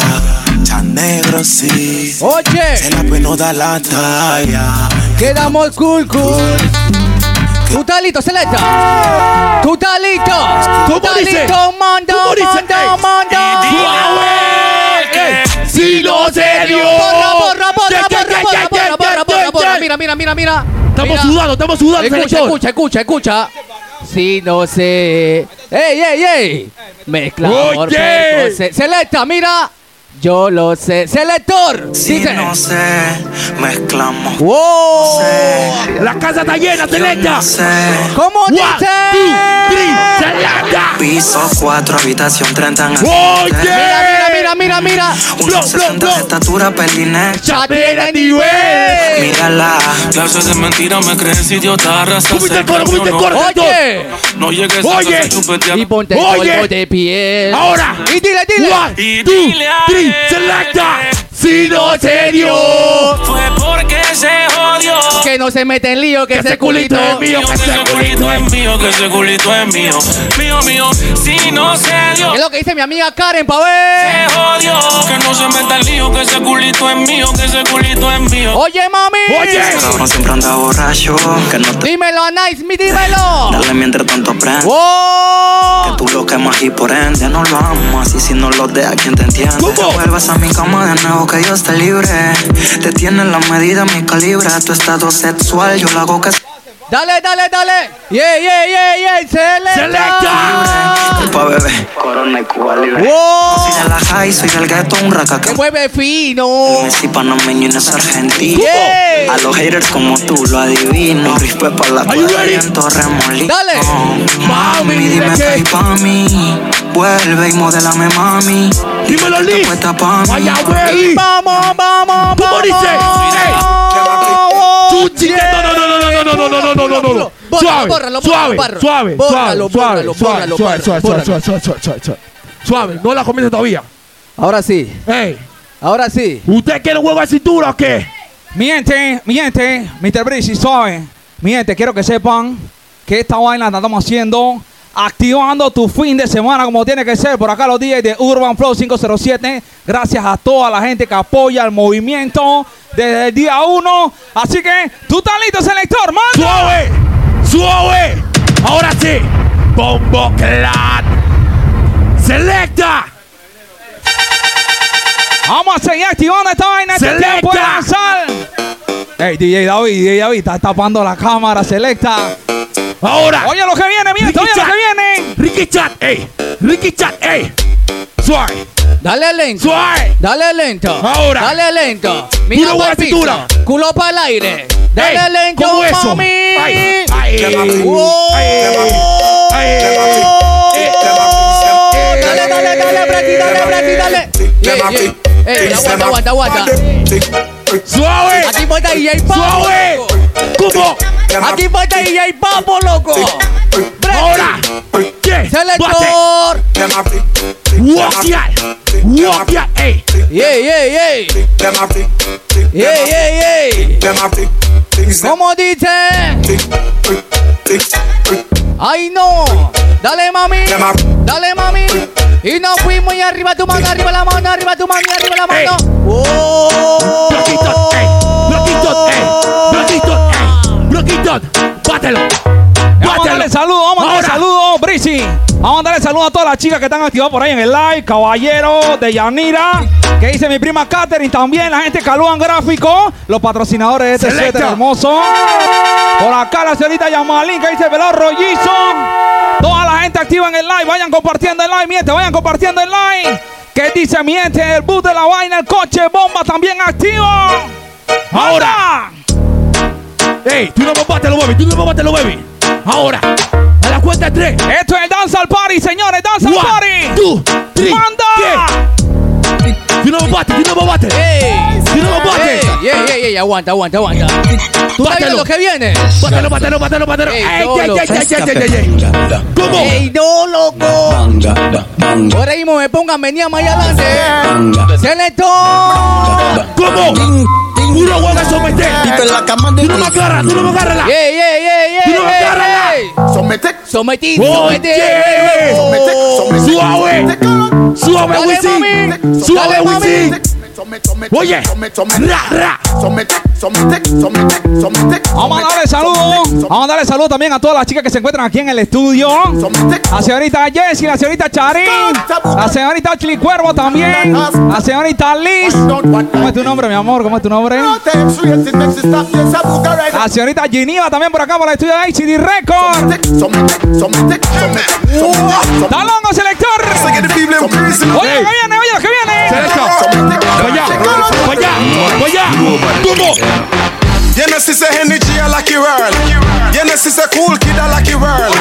[SPEAKER 14] Tan negro sí. Se
[SPEAKER 2] Oye.
[SPEAKER 14] la pena da la talla.
[SPEAKER 2] Quedamos cool, cool. Tú estás listo, Celeta. Tú estás listo. Tú estás
[SPEAKER 4] dice?
[SPEAKER 2] listo, manda,
[SPEAKER 4] ¿Cómo dice?
[SPEAKER 2] manda,
[SPEAKER 4] Ey.
[SPEAKER 2] manda.
[SPEAKER 4] Suave. Si lo se dio.
[SPEAKER 2] Borra, borra, borra,
[SPEAKER 4] Ye, ye,
[SPEAKER 2] borra,
[SPEAKER 4] ye,
[SPEAKER 2] borra,
[SPEAKER 4] ye,
[SPEAKER 2] borra,
[SPEAKER 4] ye, ye,
[SPEAKER 2] borra, borra,
[SPEAKER 4] ye,
[SPEAKER 2] borra.
[SPEAKER 4] ye.
[SPEAKER 2] Mira, mira, mira, mira.
[SPEAKER 4] Estamos
[SPEAKER 2] Mira.
[SPEAKER 4] sudando, estamos sudando.
[SPEAKER 2] Escucha,
[SPEAKER 4] selector.
[SPEAKER 2] escucha, escucha, escucha. Si no sé. ¡Ey, ey, ey! Mezcla amor,
[SPEAKER 4] Oye.
[SPEAKER 2] pero se- Selecta, mira. Yo lo sé. Selector. Dice.
[SPEAKER 14] sé, mezclamos.
[SPEAKER 2] ¡Wow!
[SPEAKER 4] La casa está llena, selecta.
[SPEAKER 2] ¿Cómo
[SPEAKER 4] One,
[SPEAKER 2] dice?
[SPEAKER 4] two, three, selecta.
[SPEAKER 10] Piso 4, habitación 30 en el
[SPEAKER 4] Oye.
[SPEAKER 2] Mira, mira, mira, mira, mira.
[SPEAKER 4] Blow, blow,
[SPEAKER 10] 1.60 de
[SPEAKER 4] blow.
[SPEAKER 10] estatura, pelinés
[SPEAKER 4] Chapera
[SPEAKER 2] Chapera
[SPEAKER 4] nivel.
[SPEAKER 2] nivel.
[SPEAKER 10] Mírala
[SPEAKER 12] Clases de mentira, me crees idiota. Raza
[SPEAKER 4] ¿Cómo dice el
[SPEAKER 12] seca,
[SPEAKER 4] coro? ¿Cómo dice el
[SPEAKER 12] no,
[SPEAKER 4] coro?
[SPEAKER 2] Oye.
[SPEAKER 12] No no llegues
[SPEAKER 4] Oye.
[SPEAKER 12] a chupetear.
[SPEAKER 2] Y ponte
[SPEAKER 4] Oye.
[SPEAKER 2] polvo de piel.
[SPEAKER 4] Ahora.
[SPEAKER 2] Y dile, dile.
[SPEAKER 4] One,
[SPEAKER 12] Y
[SPEAKER 4] two,
[SPEAKER 12] dile a
[SPEAKER 4] three,
[SPEAKER 12] él.
[SPEAKER 4] selecta. Si no se dio.
[SPEAKER 12] Fue porque se jodió.
[SPEAKER 2] Que no se mete en lío, que,
[SPEAKER 4] Que
[SPEAKER 2] ese
[SPEAKER 4] ese culito
[SPEAKER 2] culito.
[SPEAKER 4] es mío, que ese culito es mío.
[SPEAKER 12] mío, que ese culito es mío. Mío, mío, si no se dio.
[SPEAKER 2] Es lo que dice mi amiga Karen, pa' ver.
[SPEAKER 12] Se jodió. Que no se meta el lío, que ese culito es mío, que ese culito es mío.
[SPEAKER 2] Oye, mami.
[SPEAKER 4] Oye.
[SPEAKER 10] No siempre anda borracho Que no te
[SPEAKER 2] Dímelo a Nice, mi dímelo.
[SPEAKER 10] dale mientras tanto prende
[SPEAKER 2] ¡Wow!
[SPEAKER 10] Que tú lo quemas y por ende no lo amas Y si no lo dejas, ¿quién te entiende?
[SPEAKER 4] ¿Cómo?
[SPEAKER 10] Vuelvas a mi cama de nuevo que yo esté libre Te tienen la medida, mi calibre Tu estado sexual, yo la hago que
[SPEAKER 2] Dale, dale, dale. Yeah, yeah, yeah, yeah. Selecta.
[SPEAKER 4] Selecta.
[SPEAKER 10] libre. pa' beber. Corona y Cuba libre. Soy de la high, soy del gueto, un raca que
[SPEAKER 2] mueve fino.
[SPEAKER 10] Messi panameño y no es argentino. A los haters como tú lo adivino. Rispe pa' la cuadra y en Torremolino.
[SPEAKER 2] Dale.
[SPEAKER 10] Mami, dime qué hay pa' mí. Vuelve y modelame, mami. Dímelo, Lee. Puesta pa' mí. Vaya,
[SPEAKER 4] güey.
[SPEAKER 2] Vamos, vamos,
[SPEAKER 4] ¿Cómo dice? Chuchi, no, no, no, no, no, no, no, no, no, no, no, no.
[SPEAKER 2] Oh, Bórralo,
[SPEAKER 4] Suave,
[SPEAKER 2] bórralo,
[SPEAKER 4] suave, suave,
[SPEAKER 2] bórralo, bórralo,
[SPEAKER 4] suave, suave, suave,
[SPEAKER 2] bórralo, bórralo,
[SPEAKER 4] suave, suave,
[SPEAKER 2] bórralo.
[SPEAKER 4] suave, suave, suave, suave, suave. Suave, no la comienza todavía.
[SPEAKER 2] Ahora sí. Ahora sí.
[SPEAKER 4] ¿Usted quiere un huevo de cintura o qué?
[SPEAKER 1] Mi gente, mi gente, Mr. Breezy, suave. Mi gente, quiero que sepan que esta vaina la estamos haciendo activando tu fin de semana como tiene que ser. Por acá los días de Urban Flow 507. Gracias a toda la gente que apoya el movimiento desde el día 1. Así que, tú estás listo, selector, man.
[SPEAKER 4] ¡Suave! ¡Suave! Ahora sí. Bombo Clan. Selecta.
[SPEAKER 1] Vamos a seguir activando esta vaina. Este
[SPEAKER 4] Selecta.
[SPEAKER 1] tiempo de lanzar. Ey, DJ David, DJ David, está tapando la cámara, selecta.
[SPEAKER 4] Ahora.
[SPEAKER 1] Oye lo que viene, mi gente, oye lo que viene.
[SPEAKER 4] Ricky Chat, ey. Ricky Chat, ey. Suave.
[SPEAKER 2] Dale lento.
[SPEAKER 4] Suave.
[SPEAKER 2] Dale lento.
[SPEAKER 4] Ahora.
[SPEAKER 2] Dale lento.
[SPEAKER 4] Puro
[SPEAKER 2] pa'l
[SPEAKER 4] huevo de
[SPEAKER 2] piso.
[SPEAKER 4] cintura.
[SPEAKER 2] Culo para el aire. Dale
[SPEAKER 4] Ey,
[SPEAKER 2] lento,
[SPEAKER 4] ¿cómo eso?
[SPEAKER 2] mami.
[SPEAKER 4] Ay, ay,
[SPEAKER 2] Oh. Dale, dale, dale, Brady, dale, Brady, dale. Yeah, yeah. Ey, aguanta, aguanta, aguanta.
[SPEAKER 4] Suave.
[SPEAKER 2] Aquí falta DJ Papo.
[SPEAKER 4] Suave.
[SPEAKER 2] loco.
[SPEAKER 4] Cubo.
[SPEAKER 2] Aquí falta DJ Papo, loco.
[SPEAKER 4] Ahora. Yeah.
[SPEAKER 2] Selector.
[SPEAKER 4] Walk ya. Walk ya, ey.
[SPEAKER 2] Yeah, yeah, yeah. Yeah, yeah, yeah. ¿Cómo dice? ¡Ay, no! ¡Dale, mami! ¡Dale, mami! Y nos fuimos y arriba tu mano, arriba la mano, arriba tu mano, y arriba la mano. ¡Oh!
[SPEAKER 4] Bloquito, ey. Bloquito, ey. Bloquito, ey. Bloquito. Bátelo.
[SPEAKER 1] Vamos a darle
[SPEAKER 4] Bátelo.
[SPEAKER 1] saludos, vamos a darle
[SPEAKER 4] Ahora.
[SPEAKER 1] saludos, Brisi. Vamos a darle saludos a todas las chicas que están activadas por ahí en el live. Caballero de Yanira, que dice mi prima Katherine. También la gente de Caluan Gráfico, los patrocinadores de este
[SPEAKER 4] Selecta.
[SPEAKER 1] set hermoso. Por acá la señorita Yamalín, que dice Velar Rollizo. Toda la gente activa en el live. Vayan compartiendo el live, miente, vayan compartiendo el live. Que dice miente, el bus de la vaina, el coche bomba también activo.
[SPEAKER 4] Ahora. Ey, tú no me bátelo, baby. Tú no me bátelo, baby. Ahora. A la cuenta de tres.
[SPEAKER 1] Esto es Danza al Party, señores, Danza al
[SPEAKER 4] One,
[SPEAKER 1] Party.
[SPEAKER 4] two, three,
[SPEAKER 1] ¡Manda!
[SPEAKER 4] Tú no me bates, tú no me bates.
[SPEAKER 2] ¡Ey!
[SPEAKER 4] Tú no me
[SPEAKER 2] ¡Ey!
[SPEAKER 4] bates.
[SPEAKER 2] ¡Ey, ey, ey! Aguanta, aguanta, aguanta. ¿Tú sabes
[SPEAKER 4] Bátelo.
[SPEAKER 2] lo que viene?
[SPEAKER 4] Bátelo, bátelo, bátelo, bátelo.
[SPEAKER 2] Ey,
[SPEAKER 4] Ey, ey,
[SPEAKER 2] no,
[SPEAKER 4] ey,
[SPEAKER 2] lo-
[SPEAKER 4] ey, ey, ey, ey, ey, ey. ¿Cómo?
[SPEAKER 2] ¡Ey, no, loco! Ahora mismo me pongan, venía más allá adelante. ¡Selector!
[SPEAKER 4] ¿Cómo? Puro huevo de someter. Tú no me agarras, tú no me agarras. la-
[SPEAKER 2] ¡Ey, ey, ey, ey!
[SPEAKER 4] Tú no me
[SPEAKER 2] ey,
[SPEAKER 4] agarras la-
[SPEAKER 2] ey.
[SPEAKER 7] Somete,
[SPEAKER 2] ¡Sometí, sometí!
[SPEAKER 4] Oye.
[SPEAKER 14] Oh.
[SPEAKER 4] Suave. Suave,
[SPEAKER 2] Dale,
[SPEAKER 4] Wisin.
[SPEAKER 2] mami.
[SPEAKER 4] Suave,
[SPEAKER 2] Dale, mami.
[SPEAKER 4] Wisin. Oye.
[SPEAKER 7] Oye,
[SPEAKER 4] Ra, ra.
[SPEAKER 1] Vamos a darle saludos. Vamos a darle saludos también a todas las chicas que se encuentran aquí en el estudio. La señorita Jessie, la señorita Charín, la señorita Chili Cuervo también, la señorita Liz. ¿Cómo es este tu nombre, mi amor? ¿Cómo es tu nombre? La señorita Giniva también por acá por el estudio de ACD Record. ¡Talongo selector! Oye, lo que viene, oye, lo que viene.
[SPEAKER 4] Vaya, vaya, vaya. ¿Cómo?
[SPEAKER 14] Genesis a energy a lucky world. Genesis a cool kid a lucky world.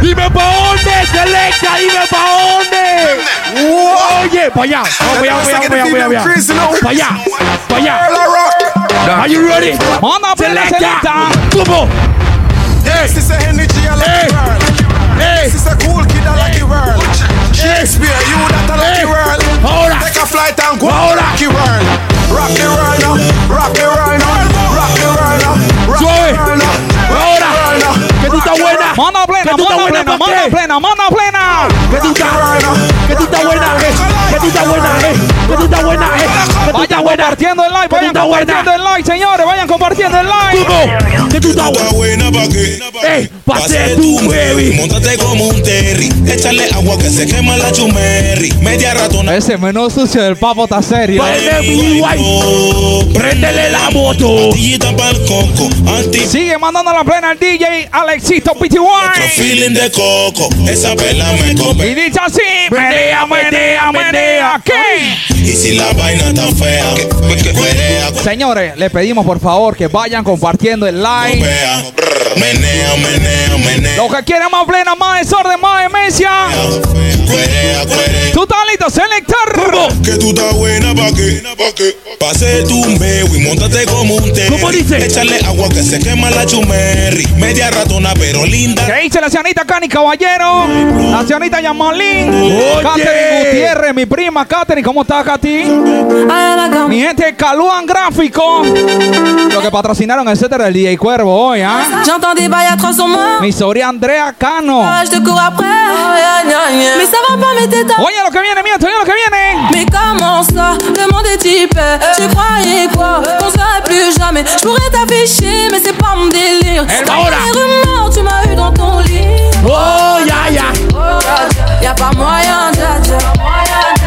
[SPEAKER 4] Dime pa' dónde, Selecta, dime pa' dónde. Oye, pa' allá. Vamos pa' allá, pa' allá, pa' allá, pa' allá, pa' allá. Pa' allá, pa' allá.
[SPEAKER 14] Girl a rock.
[SPEAKER 4] Are you ready?
[SPEAKER 1] Manda a la selecta.
[SPEAKER 4] ¿Cómo?
[SPEAKER 14] Genesis a energy a lucky world. Genesis a cool kid a lucky world. Shakespeare, you that a lucky world.
[SPEAKER 4] Ahora.
[SPEAKER 14] Take a flight and go
[SPEAKER 4] Ahora.
[SPEAKER 14] lucky world. Rock the world now.
[SPEAKER 6] uh,
[SPEAKER 14] Rock the world now. Rock the world now. Rock
[SPEAKER 4] Suave.
[SPEAKER 14] the world
[SPEAKER 6] uh,
[SPEAKER 14] now.
[SPEAKER 4] Ahora. Que tú estás buena.
[SPEAKER 1] Manda
[SPEAKER 4] Que
[SPEAKER 1] plena,
[SPEAKER 4] tú estás
[SPEAKER 1] manda
[SPEAKER 4] buena,
[SPEAKER 1] plena,
[SPEAKER 4] ¿pa'
[SPEAKER 1] manda
[SPEAKER 4] qué?
[SPEAKER 1] plena, manda plena.
[SPEAKER 4] Que tú estás- que tú estás buena, eh. Que tú estás buena, eh. Que tú estás buena, eh. Que tú estás
[SPEAKER 1] Vayan compartiendo el like, vayan compartiendo el like, señores, vayan compartiendo el like.
[SPEAKER 4] ¿Qué tú estás Eh,
[SPEAKER 14] buena pa' qué?
[SPEAKER 4] Ey,
[SPEAKER 14] pa' ser tu baby. Montate como un terry. Échale agua que se quema la chumerri. Media ratona.
[SPEAKER 1] Ese menú sucio del papo está serio.
[SPEAKER 4] Préndele la moto.
[SPEAKER 1] Sigue mandando la plena al DJ Alexito Pty.
[SPEAKER 14] Feeling de coco. Esa vela me
[SPEAKER 1] Y
[SPEAKER 14] come.
[SPEAKER 1] dice así:
[SPEAKER 14] Menea, menea, menea,
[SPEAKER 1] ¿qué?
[SPEAKER 14] Y si la vaina está fea, que- que cuerea,
[SPEAKER 1] Señores, le pedimos por favor que vayan compartiendo el like.
[SPEAKER 14] copea. Brr, Menea, menea, menea.
[SPEAKER 1] Los que quieren más plena, más desorden, más demencia.
[SPEAKER 14] Cuerea, cuerea.
[SPEAKER 1] Tú estás listo, selector.
[SPEAKER 14] Que tú estás buena pa' qué? Pa' qué? Pa' ser tu y montate como un terry.
[SPEAKER 4] ¿Cómo dice?
[SPEAKER 14] Échale agua que se quema la chumerri. Media ratona pero linda.
[SPEAKER 1] ¿Qué dice la señorita Cani Caballero? La señorita Yamalín.
[SPEAKER 14] Oye.
[SPEAKER 1] Catherine Gutiérrez, mi prima Catherine. ¿Cómo estás, Katy? Mi gente, Caluan Gráfico. Lo que patrocinaron, etcétera, el DJ Cuervo hoy, ¿ah?
[SPEAKER 15] J'entends des bails atroces sur moi.
[SPEAKER 1] Mi sobrina Andrea Cano.
[SPEAKER 15] Ah, Je te cours après. Mais ça va pas, mais t'es dans-
[SPEAKER 1] Oye, lo que viene, miento, oye, lo que viene.
[SPEAKER 15] Mais comment ça Le monde est typé. Tu croyais quoi Qu'on serait plus jamais. Je pourrais t'afficher, mais c'est pas mon délire.
[SPEAKER 4] Elle
[SPEAKER 15] Dans
[SPEAKER 4] va où, là
[SPEAKER 15] les rumeurs, tu m'as eu dans ton lit.
[SPEAKER 4] Oh, ya, ya.
[SPEAKER 15] Oh, dja, dja. Y'a pas moyen, dja, dja.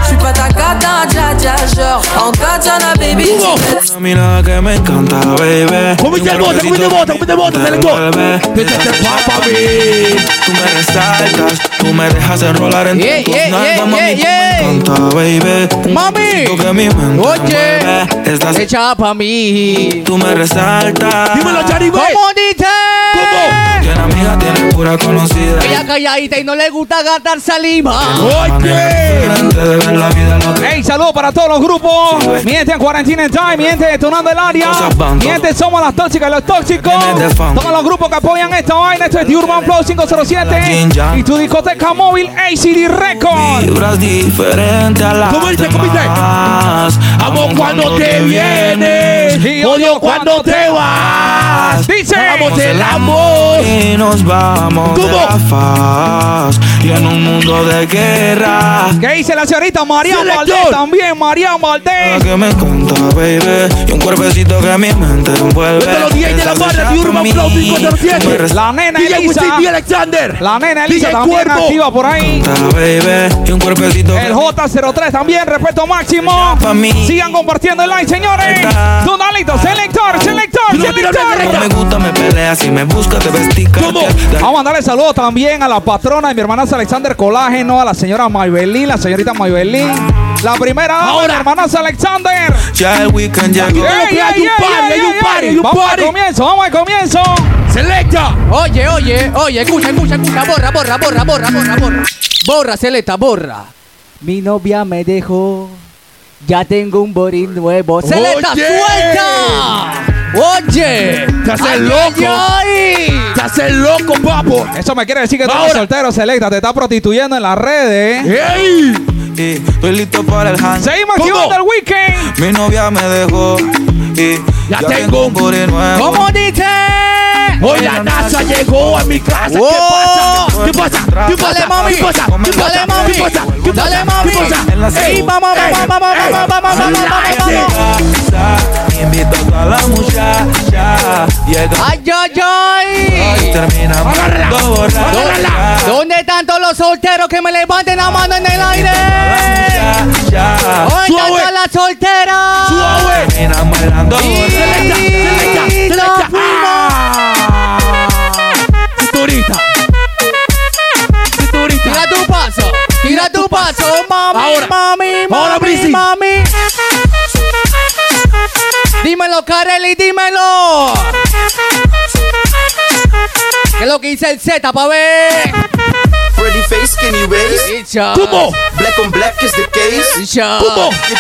[SPEAKER 15] Je suis pas ta cata, dja, dja. Genre, en katana, baby. tu
[SPEAKER 10] A mí la que me encanta, baby.
[SPEAKER 4] Comiste el este bote, comiste el bote, comiste el bote, se le
[SPEAKER 10] Tú me resaltas, tú me dejas enrolar en
[SPEAKER 2] Yeah,
[SPEAKER 10] tus
[SPEAKER 2] yeah,
[SPEAKER 10] nalgas,
[SPEAKER 2] yeah,
[SPEAKER 10] mami, tú
[SPEAKER 2] yeah,
[SPEAKER 10] me encanta, baby.
[SPEAKER 2] Mami.
[SPEAKER 10] Tú que mi mente
[SPEAKER 2] Oye.
[SPEAKER 10] mueve, estás-
[SPEAKER 2] Echa pa' mí.
[SPEAKER 10] tú me resaltas.
[SPEAKER 2] Dímelo, ¿Cómo dice?
[SPEAKER 10] Que la amiga tiene pura conocida.
[SPEAKER 2] Ella calladita y no le gusta gastar saliva.
[SPEAKER 1] Hey, saludos para todos los grupos. Mi gente en cuarentena en time, mi gente detonando el área. Mi gente somos las tóxicas, y los tóxicos. Todos los grupos que apoyan esta vaina. Esto es The Urban Flow 507 y tu discoteca móvil ACD Record.
[SPEAKER 10] Vibras diferente a las demás.
[SPEAKER 4] Amo cuando te vienes, odio cuando te vas.
[SPEAKER 1] Dice,
[SPEAKER 4] Hagamos el amor.
[SPEAKER 10] Y nos vamos de
[SPEAKER 4] ¿Cómo?
[SPEAKER 10] la faz. Y en un mundo de guerra.
[SPEAKER 1] ¿Qué dice la señorita María
[SPEAKER 10] Sí, elector.
[SPEAKER 1] Valdés? También María Valdés.
[SPEAKER 10] Que me encanta, baby. Y un cuerpecito que mi mente envuelve.
[SPEAKER 4] Vete los DJ de la
[SPEAKER 10] Estás
[SPEAKER 4] barra de
[SPEAKER 10] hecha
[SPEAKER 4] Urban
[SPEAKER 10] pa'
[SPEAKER 4] Flow
[SPEAKER 10] mí. Tú me
[SPEAKER 4] 507.
[SPEAKER 10] resaltas,
[SPEAKER 1] La nena
[SPEAKER 4] DJ
[SPEAKER 1] Elisa.
[SPEAKER 4] Wisin, DJ Alexander.
[SPEAKER 1] La nena Elisa
[SPEAKER 4] DJ
[SPEAKER 1] también
[SPEAKER 4] Cuervo.
[SPEAKER 1] activa por ahí.
[SPEAKER 10] baby. Y un cuerpecito que
[SPEAKER 1] El J03 también, respeto máximo. Sigan compartiendo el like, señores. Donalito, selector, selector,
[SPEAKER 10] no me
[SPEAKER 1] selector.
[SPEAKER 10] gusta, me pelea. Si me busca, te vestí. cartier.
[SPEAKER 1] Vamos a mandarle saludos también a la patrona de mi hermana Alexander Colágeno, a la señora Maybelín, la señorita Maybelín. La primera dama de mi hermana Alexander.
[SPEAKER 10] Ya el weekend llegó.
[SPEAKER 1] Ey,
[SPEAKER 4] hay
[SPEAKER 1] ey,
[SPEAKER 4] un
[SPEAKER 1] ey,
[SPEAKER 4] party,
[SPEAKER 1] ey,
[SPEAKER 4] hay un
[SPEAKER 1] ey,
[SPEAKER 4] party,
[SPEAKER 1] ey.
[SPEAKER 4] hay un
[SPEAKER 1] Vamos al
[SPEAKER 4] party.
[SPEAKER 1] comienzo, vamos al comienzo.
[SPEAKER 4] Selecta.
[SPEAKER 2] Oye, oye, oye, escucha, escucha, escucha, borra, borra, borra, borra, borra, borra. Borra, Celeta, borra. Mi novia me dejó. Ya tengo un borín nuevo. ¡Celeta,
[SPEAKER 4] Oye.
[SPEAKER 2] suelta! Oye.
[SPEAKER 4] Te haces
[SPEAKER 2] Ay,
[SPEAKER 4] loco.
[SPEAKER 2] ay, ay.
[SPEAKER 4] Te haces loco, papo.
[SPEAKER 1] Eso me quiere decir que tú
[SPEAKER 4] Ahora.
[SPEAKER 1] eres soltero, Selecta. Te estás prostituyendo en las redes. ¿eh?
[SPEAKER 4] Ey.
[SPEAKER 10] Y estoy listo para el hand.
[SPEAKER 1] Seguimos
[SPEAKER 4] ¿Cómo?
[SPEAKER 1] activando el weekend.
[SPEAKER 10] Mi novia me dejó. Y
[SPEAKER 4] Ya tengo un-
[SPEAKER 10] booty nuevo.
[SPEAKER 2] ¿Cómo dice?
[SPEAKER 4] Hoy la NASA llegó a mi casa. ¿Qué
[SPEAKER 2] Oh.
[SPEAKER 4] pasa? ¿Qué pasa? ¿Qué pasa?
[SPEAKER 2] Dale, mami.
[SPEAKER 4] ¿Qué pasa? ¿Qué pasa?
[SPEAKER 2] Dale, mami.
[SPEAKER 4] ¿Qué pasa? ¿Qué pasa?
[SPEAKER 2] Dale, mami.
[SPEAKER 4] ¿Qué pasa?
[SPEAKER 10] En la
[SPEAKER 4] Ey,
[SPEAKER 2] Sí, vamos,
[SPEAKER 4] ey,
[SPEAKER 2] vamos, vamos,
[SPEAKER 4] ey,
[SPEAKER 2] vamos, vamos, vamos,
[SPEAKER 4] relájate.
[SPEAKER 2] vamos,
[SPEAKER 10] Me invito a toda la muchacha. Llega
[SPEAKER 2] ¡Ay, ay, ay!
[SPEAKER 10] y termina.
[SPEAKER 4] Agárrala. Agárrala.
[SPEAKER 2] ¿Dónde están todos los solteros que me levanten la mano en el aire? ¿Dónde están
[SPEAKER 4] Suave.
[SPEAKER 2] todas las solteras?
[SPEAKER 4] Suave.
[SPEAKER 10] Termina bailando.
[SPEAKER 4] Selecta, selecta,
[SPEAKER 2] Y
[SPEAKER 4] selecta.
[SPEAKER 2] nos fuimos. Ah.
[SPEAKER 4] Cinturita. Cinturita.
[SPEAKER 2] Tira tu paso, tira tu paso, mami,
[SPEAKER 4] Ahora.
[SPEAKER 2] mami, mami,
[SPEAKER 4] Ahora, Prissy.
[SPEAKER 2] mami. Dímelo, Kareli, dímelo. ¿Qué es lo que dice el Z, pa' ver?
[SPEAKER 16] Pretty face, skinny waist.
[SPEAKER 2] Dicha,
[SPEAKER 4] ¿Cómo?
[SPEAKER 16] Black on black is the case.
[SPEAKER 2] dicha.
[SPEAKER 4] ¿Cómo?
[SPEAKER 16] You don't know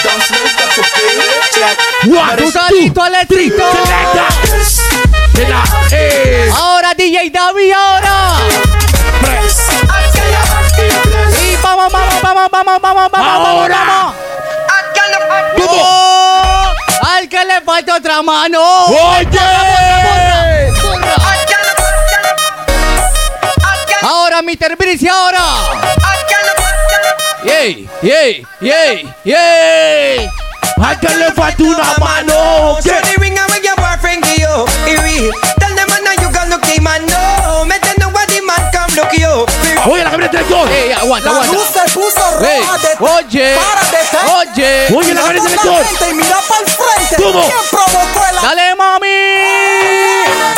[SPEAKER 16] that's okay. Check.
[SPEAKER 4] One,
[SPEAKER 2] ¿Tú
[SPEAKER 16] Maris-
[SPEAKER 2] estás listo, Electrito?
[SPEAKER 4] Selecta. De la E.
[SPEAKER 2] Ahora, DJ David, ahora. Y vamos, vamos, vamos, vamos, vamos, vamos, vamos,
[SPEAKER 4] Ahora.
[SPEAKER 2] vamos.
[SPEAKER 4] ¿Cómo?
[SPEAKER 2] Oh, al que le falta otra mano.
[SPEAKER 4] Oye.
[SPEAKER 2] Ahora, Mr. Brice, ahora. Yay, yay, yay, yay.
[SPEAKER 1] Hay que le falta una mano.
[SPEAKER 6] So they ring and with your boyfriend to you. He real. Tell them I know you gon' look him and know. Make them know what the man come look you.
[SPEAKER 1] Oye, la camioneta del gol. Ey, aguanta,
[SPEAKER 6] La
[SPEAKER 1] aguanta.
[SPEAKER 6] luz se puso
[SPEAKER 1] Ey,
[SPEAKER 6] roja de-
[SPEAKER 1] Oye. Oye. Oye, la camioneta del gol.
[SPEAKER 6] Y mira pa'l frente.
[SPEAKER 1] ¿Cómo?
[SPEAKER 6] ¿Quién provocó el
[SPEAKER 2] ¡Dale, mami!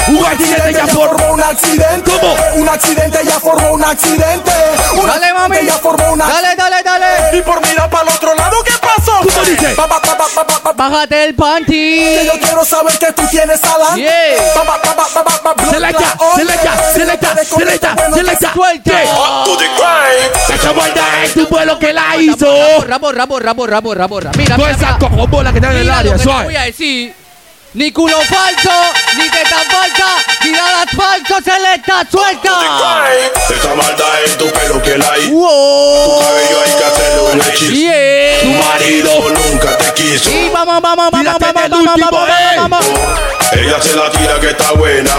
[SPEAKER 1] Un accidente ya formó
[SPEAKER 6] un accidente.
[SPEAKER 1] ¿Cómo?
[SPEAKER 6] Un accidente ya formó un accidente. Un
[SPEAKER 2] Dale, mami.
[SPEAKER 6] accidente ya formó un
[SPEAKER 2] Dale, dale, dale.
[SPEAKER 6] Y por mirar para el otro lado, ¿qué pasó?
[SPEAKER 1] ¿Cómo dice?
[SPEAKER 6] Pa, pa, pa, pa, pa, pa, pa.
[SPEAKER 2] Bájate el panty.
[SPEAKER 6] Que yo quiero saber que tú tienes adelante.
[SPEAKER 2] Yeah.
[SPEAKER 6] Pa, pa, pa, pa, pa, pa, pa,
[SPEAKER 1] Selecta,
[SPEAKER 6] bloquea,
[SPEAKER 1] selecta,
[SPEAKER 6] oye,
[SPEAKER 1] selecta,
[SPEAKER 6] desconecta,
[SPEAKER 1] selecta,
[SPEAKER 6] bueno,
[SPEAKER 1] selecta.
[SPEAKER 2] Suelta.
[SPEAKER 1] Se echó vuelta en tu vuelo que la hizo.
[SPEAKER 2] Borra, borra, borra, borra, borra, borra. Mira,
[SPEAKER 1] Toda
[SPEAKER 2] mira,
[SPEAKER 1] esa
[SPEAKER 2] mira.
[SPEAKER 1] cojobola que está en el
[SPEAKER 2] Mira lo
[SPEAKER 1] área,
[SPEAKER 2] que te voy
[SPEAKER 1] suave.
[SPEAKER 2] a decir. Ni culo falso, ni teta falsa, ni nada falso, se le está Oh, suelta.
[SPEAKER 4] Esa maldad es tu pelo que la hizo.
[SPEAKER 2] Wow.
[SPEAKER 4] Tu cabello hay que hacerlo un
[SPEAKER 2] oh.
[SPEAKER 4] hechizo.
[SPEAKER 2] Yeah.
[SPEAKER 4] Tu marido nunca te quiso.
[SPEAKER 2] Y vamos, vamos, vamos, vamos, vamos, vamos, vamos, vamos,
[SPEAKER 4] Ella se la tira que está buena.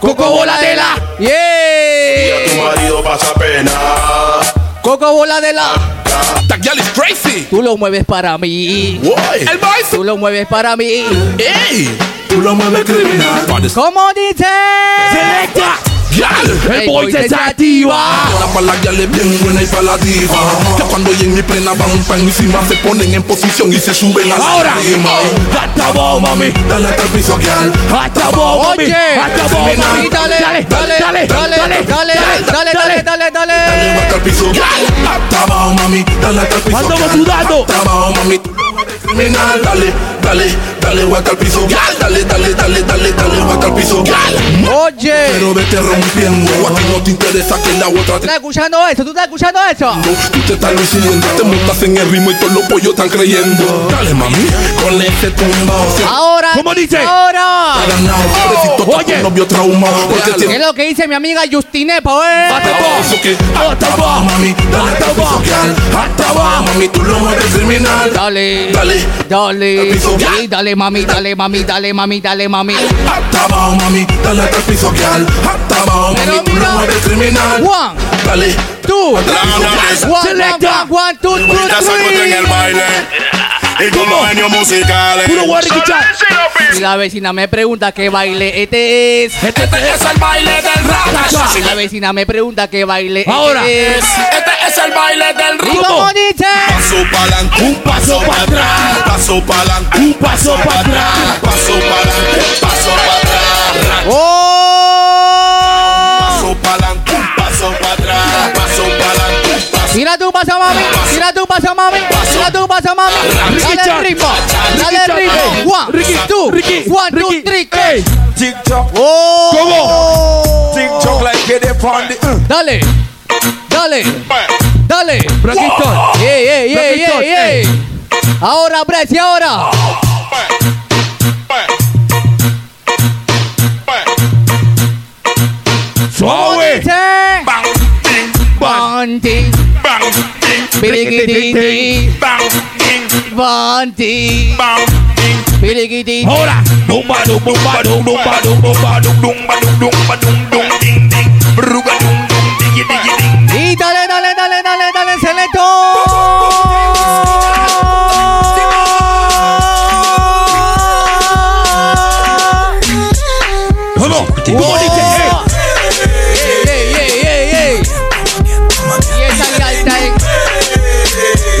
[SPEAKER 2] Coco Voladela. Yeah.
[SPEAKER 4] Y a tu marido pasa pena.
[SPEAKER 2] Coco Voladela. crazy. Tú lo mueves para mí.
[SPEAKER 4] Why?
[SPEAKER 2] Tú lo mueves para mí.
[SPEAKER 4] Ey, tú lo mueves criminal.
[SPEAKER 2] ¿Cómo dice?
[SPEAKER 1] Selecta.
[SPEAKER 4] Gal,
[SPEAKER 1] el boy se activa.
[SPEAKER 4] Ahora para la gal es bien buena y para la diva. Ya cuando ella en mi plena van pa' encima, se ponen en posición y se suben a la
[SPEAKER 1] Ahora.
[SPEAKER 4] tarima.
[SPEAKER 1] Hasta vos, mami.
[SPEAKER 4] Dale hasta el piso, gal.
[SPEAKER 1] Hasta vos, mami.
[SPEAKER 2] Oye.
[SPEAKER 1] Hasta vos, mami.
[SPEAKER 2] Dale, dale, dale, dale, dale, dale, dale, dale, dale, dale.
[SPEAKER 4] Hasta el piso, gal. Hasta abajo, mami. Dale hasta el piso,
[SPEAKER 1] Mandamos
[SPEAKER 4] gal.
[SPEAKER 1] sudando.
[SPEAKER 4] Hasta abajo, mami. Tú lo mueves Criminal, dale, dale, dale, guata al piso, gal. Dale, dale, dale, dale, dale, guata al piso, gal.
[SPEAKER 2] Oye.
[SPEAKER 4] Pero vete rompiendo, a ti no te interesa que la otra
[SPEAKER 2] ¿Tú
[SPEAKER 4] te
[SPEAKER 2] estás escuchando eso? ¿Tú estás escuchando eso?
[SPEAKER 4] Tú te estás luciendo, te montas en el ritmo y todos los pollos están creyendo. Dale, mami, con ese tumbao se
[SPEAKER 2] Ahora.
[SPEAKER 1] ¿Cómo dice?
[SPEAKER 2] Ahora.
[SPEAKER 4] ha ganado. Pobrecito, está
[SPEAKER 1] Oye.
[SPEAKER 4] con novio traumado. Este Porque
[SPEAKER 2] ¿Qué es
[SPEAKER 4] tiene
[SPEAKER 2] lo que dice mi amiga Justinepo, eh?
[SPEAKER 4] eso que hasta abajo, mami, dale hasta abajo, que hasta abajo, mami, tú lo mueves criminal.
[SPEAKER 2] Dale,
[SPEAKER 4] Dale,
[SPEAKER 2] dale, sí, dale mami, dale mami, dale mami, dale mami.
[SPEAKER 4] hasta abajo, mami, dale hasta el piso, que hasta abajo, mami,
[SPEAKER 2] Pero
[SPEAKER 4] tú lo
[SPEAKER 2] mira.
[SPEAKER 4] mueves criminal.
[SPEAKER 2] One,
[SPEAKER 4] Dale,
[SPEAKER 2] two, one,
[SPEAKER 4] hasta el piso,
[SPEAKER 2] one,
[SPEAKER 4] gal.
[SPEAKER 2] one, one, two, two, three.
[SPEAKER 4] y con los genios musicales.
[SPEAKER 1] Puro Warrior Kichar.
[SPEAKER 2] Y la vecina me pregunta qué baile este es.
[SPEAKER 1] Este
[SPEAKER 17] Este es el baile del rata.
[SPEAKER 2] Y La vecina me pregunta qué baile
[SPEAKER 1] Ahora.
[SPEAKER 2] este es.
[SPEAKER 17] Este es el baile del
[SPEAKER 2] Y
[SPEAKER 17] rata.
[SPEAKER 2] como dice,
[SPEAKER 4] Paso pa'lante,
[SPEAKER 1] Un paso para atrás.
[SPEAKER 4] un paso pa'lante,
[SPEAKER 1] Un paso para atrás.
[SPEAKER 4] un paso pa'lante, un paso para atrás.
[SPEAKER 2] ¡Oh!
[SPEAKER 4] Paso pa'lante, un paso para atrás, un paso pa'lante, un paso.
[SPEAKER 2] Mira tu paso mami, mira tu paso mami, mira tu paso mami.
[SPEAKER 1] Ricky
[SPEAKER 2] Dale
[SPEAKER 1] Chan.
[SPEAKER 2] el ritmo,
[SPEAKER 1] Ricky
[SPEAKER 2] dale el
[SPEAKER 1] Chan. Ey,
[SPEAKER 2] ritmo. One,
[SPEAKER 1] Ricky,
[SPEAKER 2] two,
[SPEAKER 1] Ricky,
[SPEAKER 2] one, two,
[SPEAKER 1] Ricky.
[SPEAKER 2] three.
[SPEAKER 1] Ey.
[SPEAKER 18] TikTok,
[SPEAKER 2] ¡Oh!
[SPEAKER 1] ¿Cómo?
[SPEAKER 18] TikTok, like get it on the. uh.
[SPEAKER 2] Dale, dale, dale.
[SPEAKER 1] Braquistón.
[SPEAKER 2] Yeah, yeah, yeah, yeah,
[SPEAKER 1] Braquistón,
[SPEAKER 2] yeah.
[SPEAKER 1] ey.
[SPEAKER 2] Ahora, Brescia, ahora.
[SPEAKER 1] Suave.
[SPEAKER 2] Dice, Banti, Biriquititi, Banti, Biriquititi.
[SPEAKER 1] Ahora.
[SPEAKER 2] Y dale, dale, dale, dale, dale, Selecto.
[SPEAKER 1] ¿Cómo? ¿Cómo dice?
[SPEAKER 2] Ey, ey, ey, ey. Y esa alta, eh.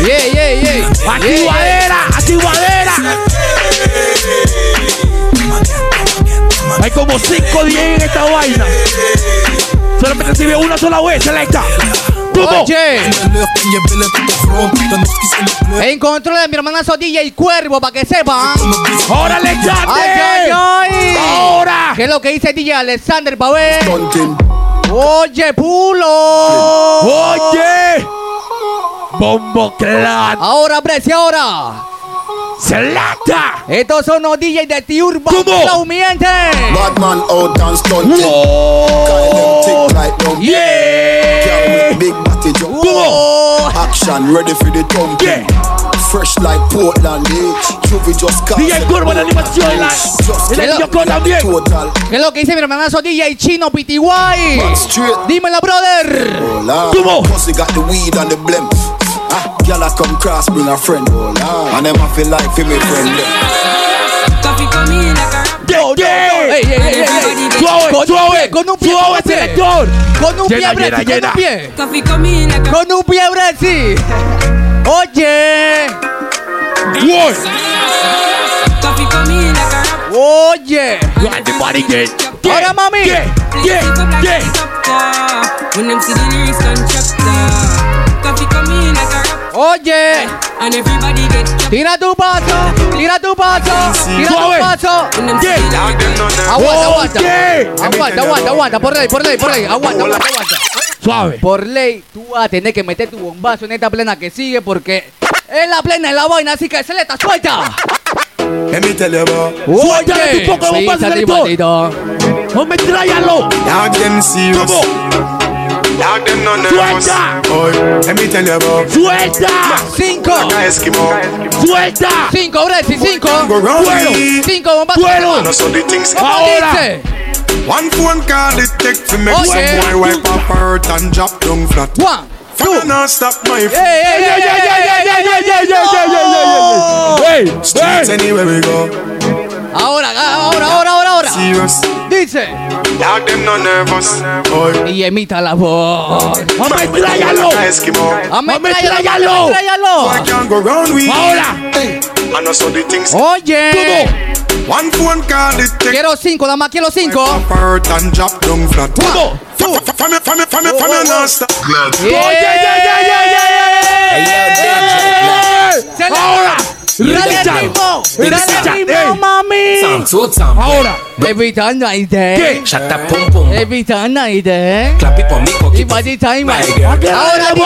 [SPEAKER 2] Ey, ey, ey.
[SPEAKER 1] Ey, Activadera. Activadera. Hay como 5 o 10 en esta vaina. Solamente sirve una sola vez, selecta. ¿Cómo?
[SPEAKER 2] Oye. En control de mi hermana Sodilla y Cuervo, para que sepan.
[SPEAKER 1] Ahora,
[SPEAKER 2] ¡Ay, ay,
[SPEAKER 1] Alexander.
[SPEAKER 2] ay!
[SPEAKER 1] Ahora.
[SPEAKER 2] ¿Qué es lo que dice DJ Alexander pa' ver?
[SPEAKER 4] Contin,
[SPEAKER 2] ¡Oye, pulo!
[SPEAKER 1] Oye. Bombo clan.
[SPEAKER 2] Ahora, Brescia, ahora.
[SPEAKER 1] Selecta.
[SPEAKER 2] Estos son los DJs de T-Urban
[SPEAKER 1] ¿Cómo?
[SPEAKER 2] Flow, mi gente.
[SPEAKER 4] bad man out and stunting. Kyle them tick like dumb.
[SPEAKER 1] Yeah.
[SPEAKER 4] Girl with Big body jump.
[SPEAKER 2] Oh,
[SPEAKER 4] Action ready for the thumping. Fresh like Portland, eh? Juvie just cast
[SPEAKER 1] DJ
[SPEAKER 4] it.
[SPEAKER 1] Curvo en animación. la-
[SPEAKER 4] Just
[SPEAKER 1] El
[SPEAKER 2] Hello.
[SPEAKER 1] anillo con también.
[SPEAKER 4] total.
[SPEAKER 2] ¿Qué es lo que dice mi hermana Sodilla y Chino Pitiguay?
[SPEAKER 4] Straight
[SPEAKER 2] Dímelo, brother.
[SPEAKER 4] Hola.
[SPEAKER 1] Come on.
[SPEAKER 4] Pussy got the weed and the blimp. Ah, girl, I
[SPEAKER 6] come cross, bring a friend, oh lord. And them I feel like for me friend.
[SPEAKER 8] Coffee coming like a
[SPEAKER 1] Yo, yo,
[SPEAKER 2] Ey, ey, ey, ey, ey. Con
[SPEAKER 1] Suave,
[SPEAKER 2] un pie,
[SPEAKER 1] suave.
[SPEAKER 2] con un pie,
[SPEAKER 1] Suave,
[SPEAKER 2] ¿cómo se?
[SPEAKER 1] selector.
[SPEAKER 2] Con un pie,
[SPEAKER 1] Llena,
[SPEAKER 2] Brexit,
[SPEAKER 1] llena, llena.
[SPEAKER 2] con un pie. Con un pie, Brexit. Oye. Oye. Ahora, mami.
[SPEAKER 8] When them see the lyrics done chopped up Coffee coming like a rap
[SPEAKER 2] Oye.
[SPEAKER 8] And everybody get
[SPEAKER 2] Tira tu paso. Tira tu paso. Tira tu
[SPEAKER 8] Suave.
[SPEAKER 2] paso. Aguanta, aguanta.
[SPEAKER 1] Oye.
[SPEAKER 2] Aguanta, aguanta, aguanta. Por ley, por ley, por ley. Aguanta, aguanta, aguanta.
[SPEAKER 1] Suave.
[SPEAKER 2] Por ley, tú vas a tener que meter tu bombazo en esta plena que sigue porque es la plena de la vaina, así que Celeta, suelta.
[SPEAKER 6] Let me tell you about.
[SPEAKER 1] Suéltale tu poco de bombazo, Celito. Hombre, tráyalo.
[SPEAKER 6] Dog them serious.
[SPEAKER 1] ¿Cómo?
[SPEAKER 6] Dog them no
[SPEAKER 1] nervous. Suelta.
[SPEAKER 6] Boy, let me tell you about.
[SPEAKER 1] Suelta.
[SPEAKER 2] Cinco.
[SPEAKER 6] Acá Esquimó.
[SPEAKER 1] Suelta.
[SPEAKER 2] Cinco, Brexit, cinco.
[SPEAKER 6] Fuero.
[SPEAKER 2] Cinco bombazos.
[SPEAKER 6] And also the things.
[SPEAKER 2] ¿Cómo
[SPEAKER 6] Ahora.
[SPEAKER 2] dice?
[SPEAKER 6] One phone call it take to make
[SPEAKER 2] Oye.
[SPEAKER 6] some boy wipe up hurt and drop down flat.
[SPEAKER 2] One.
[SPEAKER 6] Fire no stop my
[SPEAKER 2] Ey, ey, ey, ey, ey, ey, ey, ey, ey, ey, ey, ey, ey, ey, ey, ey.
[SPEAKER 6] Streets anywhere we go.
[SPEAKER 2] Ahora, ahora, ahora, ahora, ahora.
[SPEAKER 6] Serious.
[SPEAKER 2] Dice.
[SPEAKER 6] Dog them no nervous. Boy.
[SPEAKER 2] Y emita la voz.
[SPEAKER 1] Hombre, tráyalo.
[SPEAKER 6] Acá Esquimó.
[SPEAKER 2] Ah.
[SPEAKER 1] Ametrallarlo.
[SPEAKER 2] Ametrallarlo.
[SPEAKER 6] I can't go round with.
[SPEAKER 1] Ahora.
[SPEAKER 6] And also the
[SPEAKER 2] Oh.
[SPEAKER 6] things.
[SPEAKER 2] Oye.
[SPEAKER 6] One phone call it take.
[SPEAKER 2] Quiero cinco, nada más quiero cinco.
[SPEAKER 6] Apart and drop down flat.
[SPEAKER 2] One.
[SPEAKER 6] Fa- fa- fa- me- fa- me- fa- me- fa- me no stop.
[SPEAKER 2] Celeta.
[SPEAKER 1] Ahora.
[SPEAKER 2] Dale el
[SPEAKER 1] Recha.
[SPEAKER 2] ritmo.
[SPEAKER 1] Recha.
[SPEAKER 2] Dale el ritmo,
[SPEAKER 1] Ey.
[SPEAKER 2] mami.
[SPEAKER 1] Ahora.
[SPEAKER 2] Evita
[SPEAKER 1] ¿Qué?
[SPEAKER 2] night.
[SPEAKER 1] Eh.
[SPEAKER 2] Evita night. Y party time. Ahora
[SPEAKER 1] Ahora
[SPEAKER 2] DJ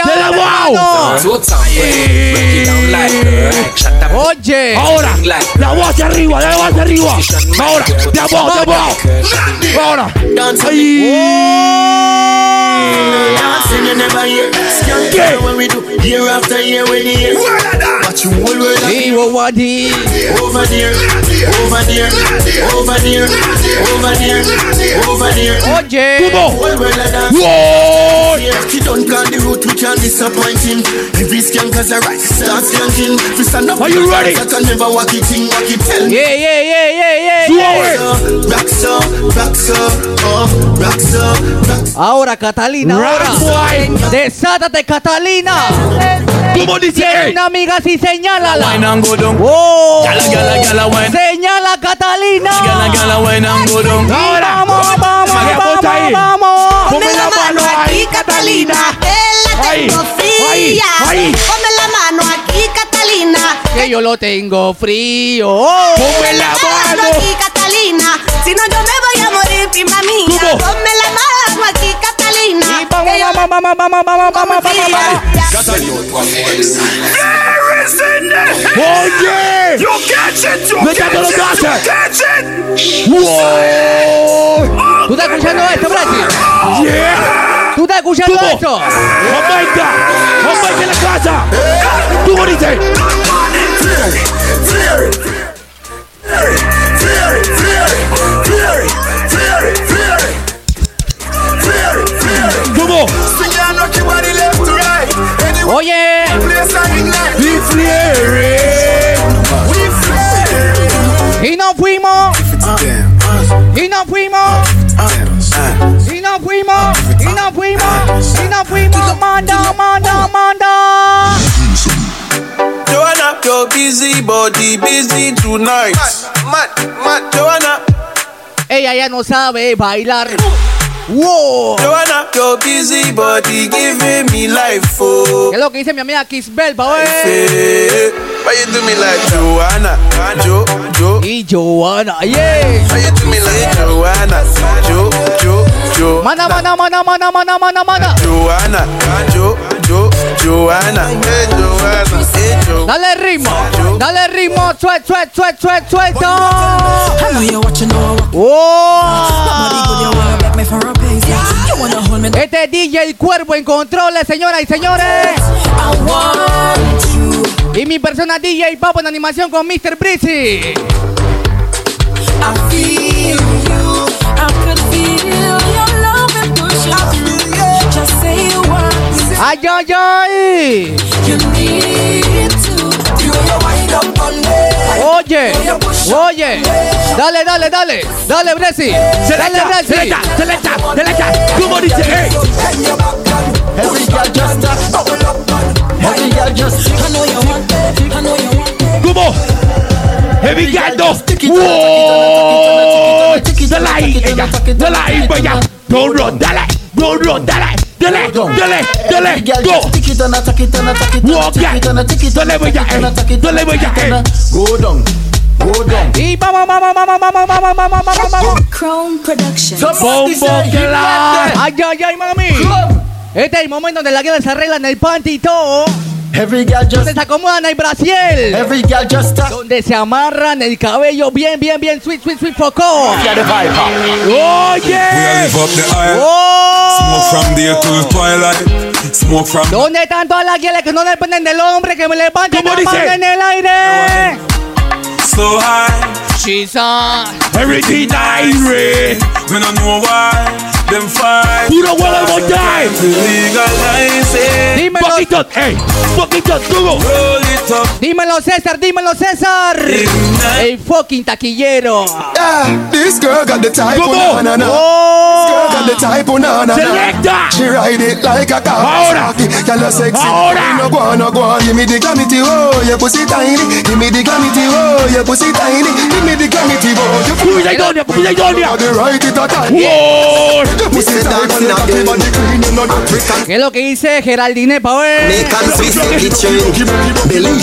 [SPEAKER 1] ¡Se
[SPEAKER 2] ahora
[SPEAKER 1] la
[SPEAKER 2] hermano.
[SPEAKER 1] voz!
[SPEAKER 2] Oye.
[SPEAKER 1] Ahora, la voz hacia arriba, la voz hacia arriba. Ahora, de abajo, de abajo. Ahora, ¿qué?
[SPEAKER 2] Vivo Wadi. Oye.
[SPEAKER 1] ¿Cómo?
[SPEAKER 6] Boy.
[SPEAKER 3] Are you ready?
[SPEAKER 2] Yeah, yeah, yeah, yeah, yeah, yeah. Ahora, Catalina, ahora. Desátate, Catalina.
[SPEAKER 1] ¿Cómo dice?
[SPEAKER 2] Tienes
[SPEAKER 1] Ey.
[SPEAKER 2] una amiga, sí, señálala.
[SPEAKER 19] and go down.
[SPEAKER 2] Oh.
[SPEAKER 19] Gala, gala, gala, wine.
[SPEAKER 2] Señala, Catalina.
[SPEAKER 19] Gala, gala, wine and go down.
[SPEAKER 1] Ahora,
[SPEAKER 2] Vamos, vamos,
[SPEAKER 1] María, ponte ahí.
[SPEAKER 2] vamos, vamos.
[SPEAKER 1] Ponme la mano ahí, Catalina. Ahí, ahí, ahí.
[SPEAKER 2] Que yo lo tengo frío.
[SPEAKER 1] Ponme la mano.
[SPEAKER 20] Catalina, si no yo me voy a morir, prima mía.
[SPEAKER 1] ¿Cómo?
[SPEAKER 20] Ponme la mano aquí, Catalina.
[SPEAKER 2] Y vamos, vamos, vamos, vamos, vamos, vamos, vamos, vamos.
[SPEAKER 1] Oye. Mete todos los gases. Wow.
[SPEAKER 2] ¿Tú estás escuchando esto, Brasil?
[SPEAKER 1] Yeah.
[SPEAKER 2] ¿Tú estás escuchando
[SPEAKER 1] ¿Cómo?
[SPEAKER 2] esto?
[SPEAKER 1] ¡Aumenta! ¡Aumenta la casa! ¡Tú moriste! ¿Cómo?
[SPEAKER 2] Oye. Y nos fuimos. Y nos fuimos. Y nos fuimos. Y nos fuimos. Y nos fuimos. Manda, manda, manda.
[SPEAKER 4] Joanna, your busy body, busy tonight. Joanna,
[SPEAKER 2] Ella ya no sabe bailar. Wow.
[SPEAKER 4] Joanna, your busy body, giving me life, oh.
[SPEAKER 2] ¿Qué es lo que dice mi amiga Kisbel, pa' ver?
[SPEAKER 4] Hey, why you do me like Joanna? Jo, Jo.
[SPEAKER 2] Y Joana, yeah.
[SPEAKER 4] Why you do me like Joanna? Jo, Jo, Jo.
[SPEAKER 2] Mana, mana, mana, mana, mana, mana, mana.
[SPEAKER 4] Joanna, Jo, Jo, Joanna. Hey, Joanna. Hey, Jo.
[SPEAKER 2] Dale ritmo, dale ritmo, suelta, suelta, suelta, suelta, suelta. ¡Oh!
[SPEAKER 8] Ah.
[SPEAKER 2] Este DJ El Cuervo en controles, señoras y señores. Y mi persona DJ Papo en animación con Mr. Breezy.
[SPEAKER 8] I could feel your love and push up Just say you want
[SPEAKER 2] Ay, ay, ay. Oye, oye, dale, dale, dale, dale, Bresi, dale,
[SPEAKER 1] Selecta,
[SPEAKER 2] Bresi.
[SPEAKER 1] selecta, selecta, selecta. ¿Cómo dice? Hey. ¿Cómo? Heavy girl, no. Wow. Dale ahí, ella. Dale ahí, vaya. Don't run, dale, don't run, dale, dale, dale, dale, go. Walk it, dale, vaya, eh, dale, vaya, eh. Go down, go down.
[SPEAKER 2] Y vamos, vamos, vamos, vamos, vamos, vamos, vamos, vamos.
[SPEAKER 21] Chrome Production.
[SPEAKER 2] Bombo Clap. Ay, ay, ay, mami. Este es el momento donde la guerra se arregla en el panty y todo. Donde se acomodan el brasiel. Donde se amarran el cabello bien, bien, bien, sweet, sweet, sweet, foco.
[SPEAKER 1] Oh,
[SPEAKER 22] We all live
[SPEAKER 2] Oye.
[SPEAKER 22] up the aisle. Smoke from day till twilight. Smoke from
[SPEAKER 2] Oh, ¿Dónde están todas las guerras que no dependen del hombre que me levanten la
[SPEAKER 22] dice?
[SPEAKER 2] mano en el aire?
[SPEAKER 22] so high.
[SPEAKER 2] She's
[SPEAKER 22] Everything irate. We don't know why them fight.
[SPEAKER 1] Puro huevo de montaje.
[SPEAKER 22] We legalize it.
[SPEAKER 2] Dímelo.
[SPEAKER 1] Poquito, hey, poquito, tubo.
[SPEAKER 2] Dímelo, César, dímelo, César. El fucking taquillero.
[SPEAKER 3] Yeah, Ah, this girl got the type
[SPEAKER 2] Come
[SPEAKER 3] on
[SPEAKER 2] on.
[SPEAKER 3] na na. This girl got the type on na na.
[SPEAKER 1] Selecta.
[SPEAKER 3] She ride it like a car.
[SPEAKER 1] Ahora.
[SPEAKER 3] Girl, you sexy.
[SPEAKER 1] Ahora.
[SPEAKER 3] No go on, no go on. Give me the gamity, oh, your pussy tiny. Give me the gamity, oh, your pussy tiny. Give me the gamity, oh, your pussy
[SPEAKER 1] Pulsa idónea, pulsa idónea.
[SPEAKER 3] right it a time.
[SPEAKER 1] Wow.
[SPEAKER 3] Your pussy tight and your body clean, you know that.
[SPEAKER 2] ¿Qué es lo que dice Geraldine Power?
[SPEAKER 1] Are you ready?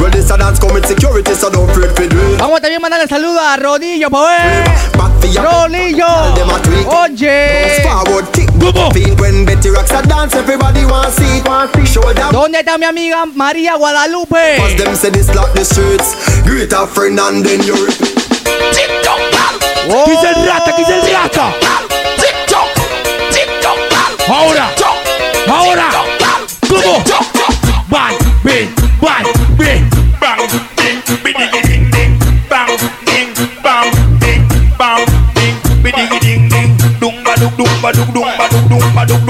[SPEAKER 3] Well this a dance come with security So don't fret for do it
[SPEAKER 2] Vamos también a mandarle saludo a Rodillo Power.
[SPEAKER 3] Back for your
[SPEAKER 2] Rodillo.
[SPEAKER 3] Them a tweak
[SPEAKER 6] Oh,
[SPEAKER 2] Oye.
[SPEAKER 3] Forward kick
[SPEAKER 1] Bobo.
[SPEAKER 3] Feel when Betty rocks a dance Everybody want see it, want see it. Shoulder
[SPEAKER 2] ¿Dónde está mi amiga María
[SPEAKER 3] Cause
[SPEAKER 2] Guadalupe?
[SPEAKER 3] them say this lock the streets Greater friend and then you're
[SPEAKER 2] Oh.
[SPEAKER 1] Quise el rata, quise el rata. Ahora, ahora. ¿Cómo? Bang, bing, bang, bing.
[SPEAKER 23] Bang, ding, bidi ding ding, bang, ding, bang, ding, bang, ding, bidi ding ding, dung ba dung dung ba dung dung ba dung dung ba dung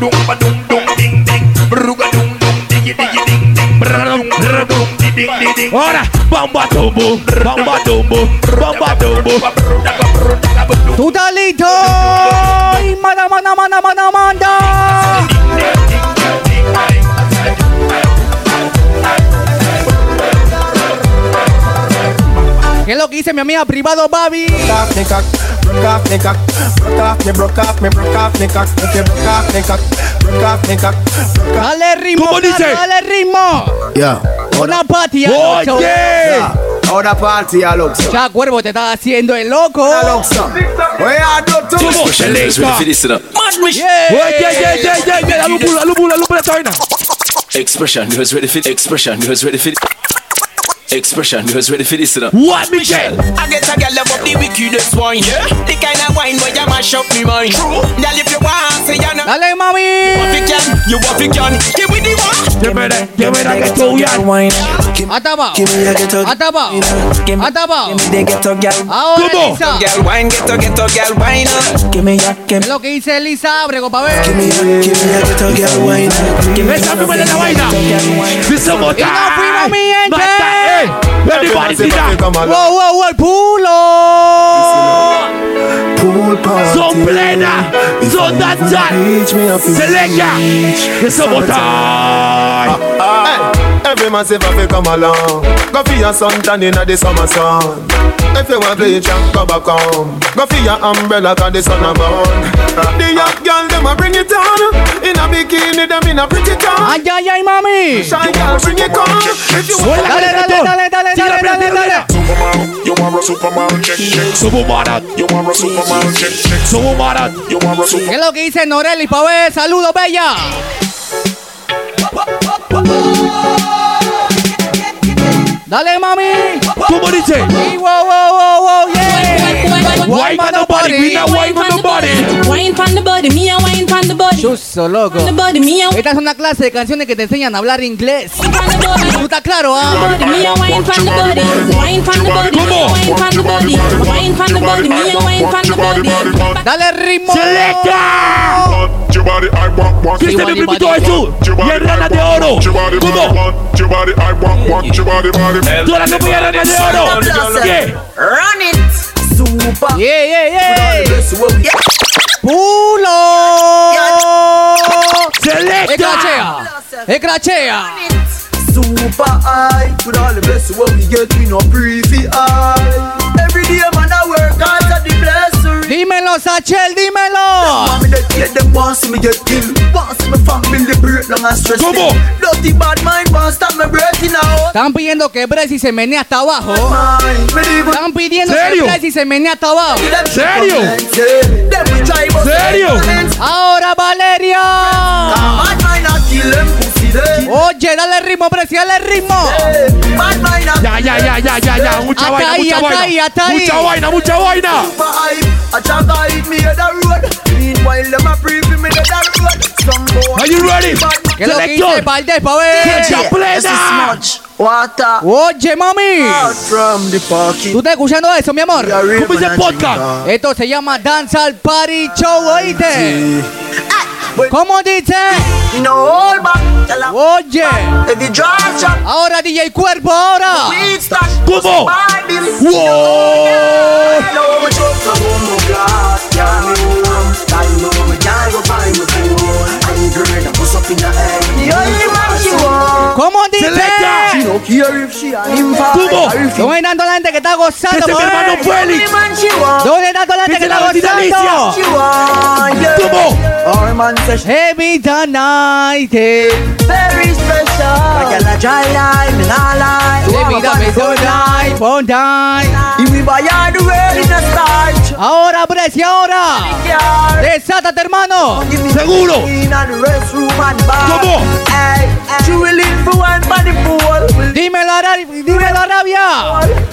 [SPEAKER 23] dung ba dung dung ba dung dung ding ding, bruga dung dung digi digi ding ding, brum brum dum di ding di ding.
[SPEAKER 1] Ahora, bomba tumbo, bomba tumbo, bomba tumbo.
[SPEAKER 2] ¿Tú estás listo? Ay, Manda, manda, manda, manda, manda. ¿Qué es lo que dice mi amiga privado Babi?
[SPEAKER 6] off me cock, broke off me cock, broke off me, broke off me, broke off me cock, if you broke off me cock, broke off me cock, broke off.
[SPEAKER 2] Dale ritmo,
[SPEAKER 1] ¿Cómo
[SPEAKER 2] Carlos,
[SPEAKER 1] dice?
[SPEAKER 2] dale ritmo.
[SPEAKER 3] Yeah
[SPEAKER 2] Una patia. loco.
[SPEAKER 1] Oye.
[SPEAKER 3] Ahora party Alex
[SPEAKER 2] Ya, cuervo, te estás haciendo el loco.
[SPEAKER 3] Alex We are the two
[SPEAKER 1] ¿Cómo? Selecta.
[SPEAKER 2] Yeah.
[SPEAKER 1] Oye, ye, ye, ye, ye, ye. Alúmbula, alúmbula, alúmbula esta vaina.
[SPEAKER 24] Expression, you was ready for Expression, you was ready for Expression, you was ready for this. now.
[SPEAKER 1] What, Michelle?
[SPEAKER 8] I get a girl love up the wickedest wine. Yeah. The kind of wine where you mash up me mind. True. Girl, if you want, say you know.
[SPEAKER 2] Dale,
[SPEAKER 8] If you
[SPEAKER 2] mami.
[SPEAKER 8] can, you want you can. Give me the one.
[SPEAKER 1] Give me that, give me that, get to ya.
[SPEAKER 2] Ataba. Ataba. Ataba.
[SPEAKER 8] They get a girl.
[SPEAKER 2] Ahora,
[SPEAKER 1] ¿Cómo?
[SPEAKER 2] Elisa. ¿Qué
[SPEAKER 8] Girl wine, get a get a girl wine. Give me ya, give
[SPEAKER 2] es lo que dice Elisa Abrego, pa' ver?
[SPEAKER 8] me ya, give me ya, get a girl wine. Give me
[SPEAKER 1] Esa primera es la vaina. Dice
[SPEAKER 2] Y no fuimos, mi gente.
[SPEAKER 1] Mata, eh. Everybody, sit down.
[SPEAKER 2] Wow, wow, wow, el pulo.
[SPEAKER 3] Pool party
[SPEAKER 1] Son plena,
[SPEAKER 3] If
[SPEAKER 1] son
[SPEAKER 3] I move
[SPEAKER 1] danzar.
[SPEAKER 3] the beach, me have to
[SPEAKER 1] Selecta.
[SPEAKER 3] reach.
[SPEAKER 1] Dice botar.
[SPEAKER 6] Hey, Every man say fi come along, go for your suntan inna the summer sun. If you want bleach, and go back home. Go for your umbrella 'cause the sun a burn. The young girl them a bring it on, in a bikini them in a pretty gown.
[SPEAKER 2] Ay, ay, ay, mami.
[SPEAKER 6] Shy girl bring it on. If you want
[SPEAKER 1] Suena el
[SPEAKER 2] Dale, dale,
[SPEAKER 1] reggaetón.
[SPEAKER 2] dale, dale,
[SPEAKER 1] Sigue la
[SPEAKER 2] dale, dale,
[SPEAKER 1] prendida,
[SPEAKER 2] dale.
[SPEAKER 23] Supermodel, you are a supermodel, check check.
[SPEAKER 1] Subumara,
[SPEAKER 23] You are a supermodel, check check.
[SPEAKER 1] subumara.
[SPEAKER 23] You are a
[SPEAKER 2] ¿Qué
[SPEAKER 23] supermodel.
[SPEAKER 2] es lo que dice Norelli, pa' ver? Saludos, bella. Dale, mami.
[SPEAKER 1] ¿Cómo dice?
[SPEAKER 2] Y wow, wow, wow, wow, yeah.
[SPEAKER 1] Wine on the body, we not wine on the body.
[SPEAKER 2] Wine pan the body, mía wine pan the body. Chuso, loco.
[SPEAKER 8] On the body, mía.
[SPEAKER 2] Esta es una clase de canciones que te enseñan a hablar inglés. ¿Tú estás claro, ah?
[SPEAKER 8] Body, mía wine pan the body. Wine pan the body, mía wine pan the body. Wine pan the body, mía wine pan the body.
[SPEAKER 2] Dale ritmo.
[SPEAKER 1] ¡Selecta! Cristian me invitó a eso. Y el rana de oro. ¿Cómo? Tú la compañía rana de oro. ¿Qué?
[SPEAKER 2] Run it. Super. Yeah, yeah, yeah. Pulo.
[SPEAKER 1] Selecta.
[SPEAKER 2] Ecrachea. Ecrachea.
[SPEAKER 10] Super high. Could all the best what we get, we no pretty high. Every day, man, I work hard at the blessing.
[SPEAKER 2] Dímelo, Sachel, dímelo.
[SPEAKER 10] Mommy, they get them once see me get killed. Once see me family break long and stress.
[SPEAKER 1] ¿Cómo?
[SPEAKER 10] Dirty bad mind, won't stop me breathing out.
[SPEAKER 2] Están pidiendo que Bresi se menee hasta abajo.
[SPEAKER 10] Mind, me leave
[SPEAKER 2] Están pidiendo
[SPEAKER 1] ¿Serio?
[SPEAKER 2] que Bresi se menee hasta abajo.
[SPEAKER 10] with them.
[SPEAKER 1] ¿Serio?
[SPEAKER 10] Yeah. Them we try but
[SPEAKER 1] ¿Serio?
[SPEAKER 2] Ahora, Valeria.
[SPEAKER 10] Bad mind a kill them pussy them.
[SPEAKER 2] Oye, dale ritmo, Bresi, dale ritmo.
[SPEAKER 1] Oh.
[SPEAKER 10] Bad mind a
[SPEAKER 1] Ya, ya, ya, ya, ya, ya. Mucha
[SPEAKER 2] Hasta
[SPEAKER 1] vaina,
[SPEAKER 2] ahí,
[SPEAKER 1] mucha
[SPEAKER 2] hasta ahí,
[SPEAKER 1] vaina.
[SPEAKER 2] hasta ahí.
[SPEAKER 1] Mucha vaina, mucha vaina.
[SPEAKER 10] super hype. A jagger hit me at the road. Meanwhile, them a briefing me at the road. Some boy.
[SPEAKER 1] Are you ready?
[SPEAKER 2] ¿Qué es lo que dice
[SPEAKER 1] Selector.
[SPEAKER 2] Valdés, pa' ver?
[SPEAKER 1] Catch up, play
[SPEAKER 10] This is
[SPEAKER 1] now.
[SPEAKER 10] much water
[SPEAKER 2] Oye, mami.
[SPEAKER 10] out from the parking.
[SPEAKER 2] ¿Tú estás escuchando eso, mi amor?
[SPEAKER 1] ¿Cómo dice podcast?
[SPEAKER 2] Esto se llama Danza al Party Show, ¿oíste? ¿Cómo dice?
[SPEAKER 10] You know, all back. Tell her,
[SPEAKER 2] Oye,
[SPEAKER 10] If you drive shot,
[SPEAKER 2] ahora DJ Cuerpo, ahora.
[SPEAKER 10] weed stash.
[SPEAKER 1] ¿Cómo?
[SPEAKER 10] Buy bills.
[SPEAKER 1] Wow.
[SPEAKER 10] I know we just a one more glass. Yeah, me warm. I know we can't go find my phone. I'm great. I bust up in the air. The only man she want.
[SPEAKER 2] ¿Cómo
[SPEAKER 1] Selecta.
[SPEAKER 2] dice?
[SPEAKER 10] No care if she an infant.
[SPEAKER 1] ¿Cómo?
[SPEAKER 10] or if he
[SPEAKER 2] ¿Dónde está la gente que está gozando, ¿eh?
[SPEAKER 1] Ese es mi hermano
[SPEAKER 2] pa' ver?
[SPEAKER 1] Félix.
[SPEAKER 10] man she want.
[SPEAKER 2] ¿Dónde está la gente
[SPEAKER 1] Ese
[SPEAKER 2] que
[SPEAKER 1] es la
[SPEAKER 2] está
[SPEAKER 1] bandita
[SPEAKER 2] gozando?
[SPEAKER 10] She want. Yeah.
[SPEAKER 1] ¿Cómo?
[SPEAKER 10] Our man says she
[SPEAKER 2] Heavy the night. eh.
[SPEAKER 10] very special. Like a dry line, me nah lie.
[SPEAKER 2] Heavy the night. Bon night.
[SPEAKER 10] If we buy all the world in a starch.
[SPEAKER 2] Ahora, Brescia, ahora.
[SPEAKER 10] Yeah.
[SPEAKER 2] Desátate, hermano.
[SPEAKER 10] Give me
[SPEAKER 1] Seguro.
[SPEAKER 10] In and the restroom and bar.
[SPEAKER 1] ¿Cómo?
[SPEAKER 10] Hey, she will in for one by the pool.
[SPEAKER 2] Dímelo, Ara- dímelo, Arabia.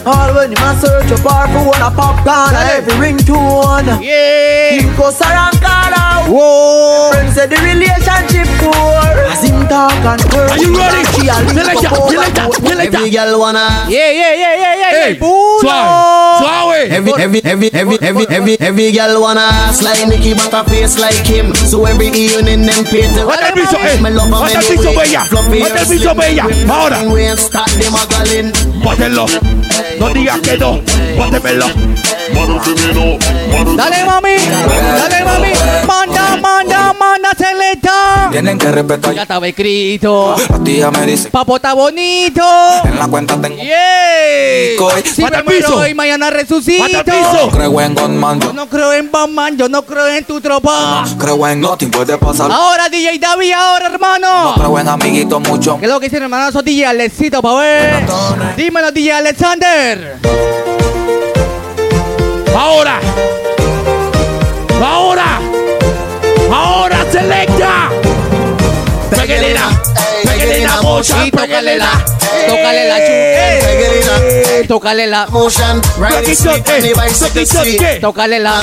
[SPEAKER 10] All when him a search a bar for one a popcorn and every ringtone.
[SPEAKER 2] Yeah.
[SPEAKER 10] Him go and call out.
[SPEAKER 2] Wow.
[SPEAKER 10] Friends say the relationship poor. As him talk and curse.
[SPEAKER 1] Are you ready?
[SPEAKER 10] She a link
[SPEAKER 1] Selecta,
[SPEAKER 10] up over
[SPEAKER 1] selecta,
[SPEAKER 10] to-
[SPEAKER 1] selecta.
[SPEAKER 10] Every girl wanna.
[SPEAKER 2] Yeah, yeah, yeah, yeah, yeah. yeah.
[SPEAKER 1] Ey,
[SPEAKER 2] Pulo.
[SPEAKER 1] suave, suave.
[SPEAKER 10] Every, every, every, every, every, every, every girl wanna slide Nicky but a face like him. So every evening them paint the
[SPEAKER 1] Hasta el piso, eh. Hasta el piso, bella. Hasta el piso, bella. Ahora. Bótenlo. No digas que no. Bótemelo.
[SPEAKER 2] Dale, mami. Dale, mami. Manda, manda, manda, selecta.
[SPEAKER 6] Tienen que
[SPEAKER 2] Ya
[SPEAKER 6] respetar.
[SPEAKER 2] estaba escrito.
[SPEAKER 6] La tía me dice,
[SPEAKER 2] Papo está bonito.
[SPEAKER 6] en la cuenta tengo.
[SPEAKER 2] Yeah.
[SPEAKER 6] Coy.
[SPEAKER 2] Si
[SPEAKER 1] Mata
[SPEAKER 2] me
[SPEAKER 1] el piso.
[SPEAKER 2] muero hoy, mañana
[SPEAKER 1] Hasta el
[SPEAKER 2] resucito.
[SPEAKER 1] piso.
[SPEAKER 6] Creo en Gunman,
[SPEAKER 2] Yo
[SPEAKER 6] yo
[SPEAKER 2] no creo en Batman, yo no creo en tu tropa.
[SPEAKER 6] creo en nothing, puede pasar.
[SPEAKER 2] Ahora, DJ David, ahora, hermano.
[SPEAKER 6] Creo en amiguito mucho.
[SPEAKER 2] ¿Qué es lo que hicieron, hermanazo DJ Alexito, pa' ver? Dímelo, DJ Alexander.
[SPEAKER 1] Ahora. Ahora. Ahora, selecta. Peguelina. Peguelina, mocha.
[SPEAKER 2] Y tócale la,
[SPEAKER 1] Peguelina.
[SPEAKER 2] tócale la chu. Eh, Tócale la,
[SPEAKER 10] Motion, ride
[SPEAKER 1] Rocky
[SPEAKER 10] the
[SPEAKER 1] shot,
[SPEAKER 10] sweet on
[SPEAKER 1] eh.
[SPEAKER 10] the bicycle
[SPEAKER 1] Rocky shot,
[SPEAKER 10] seat.
[SPEAKER 1] ¿qué?
[SPEAKER 2] tócale la.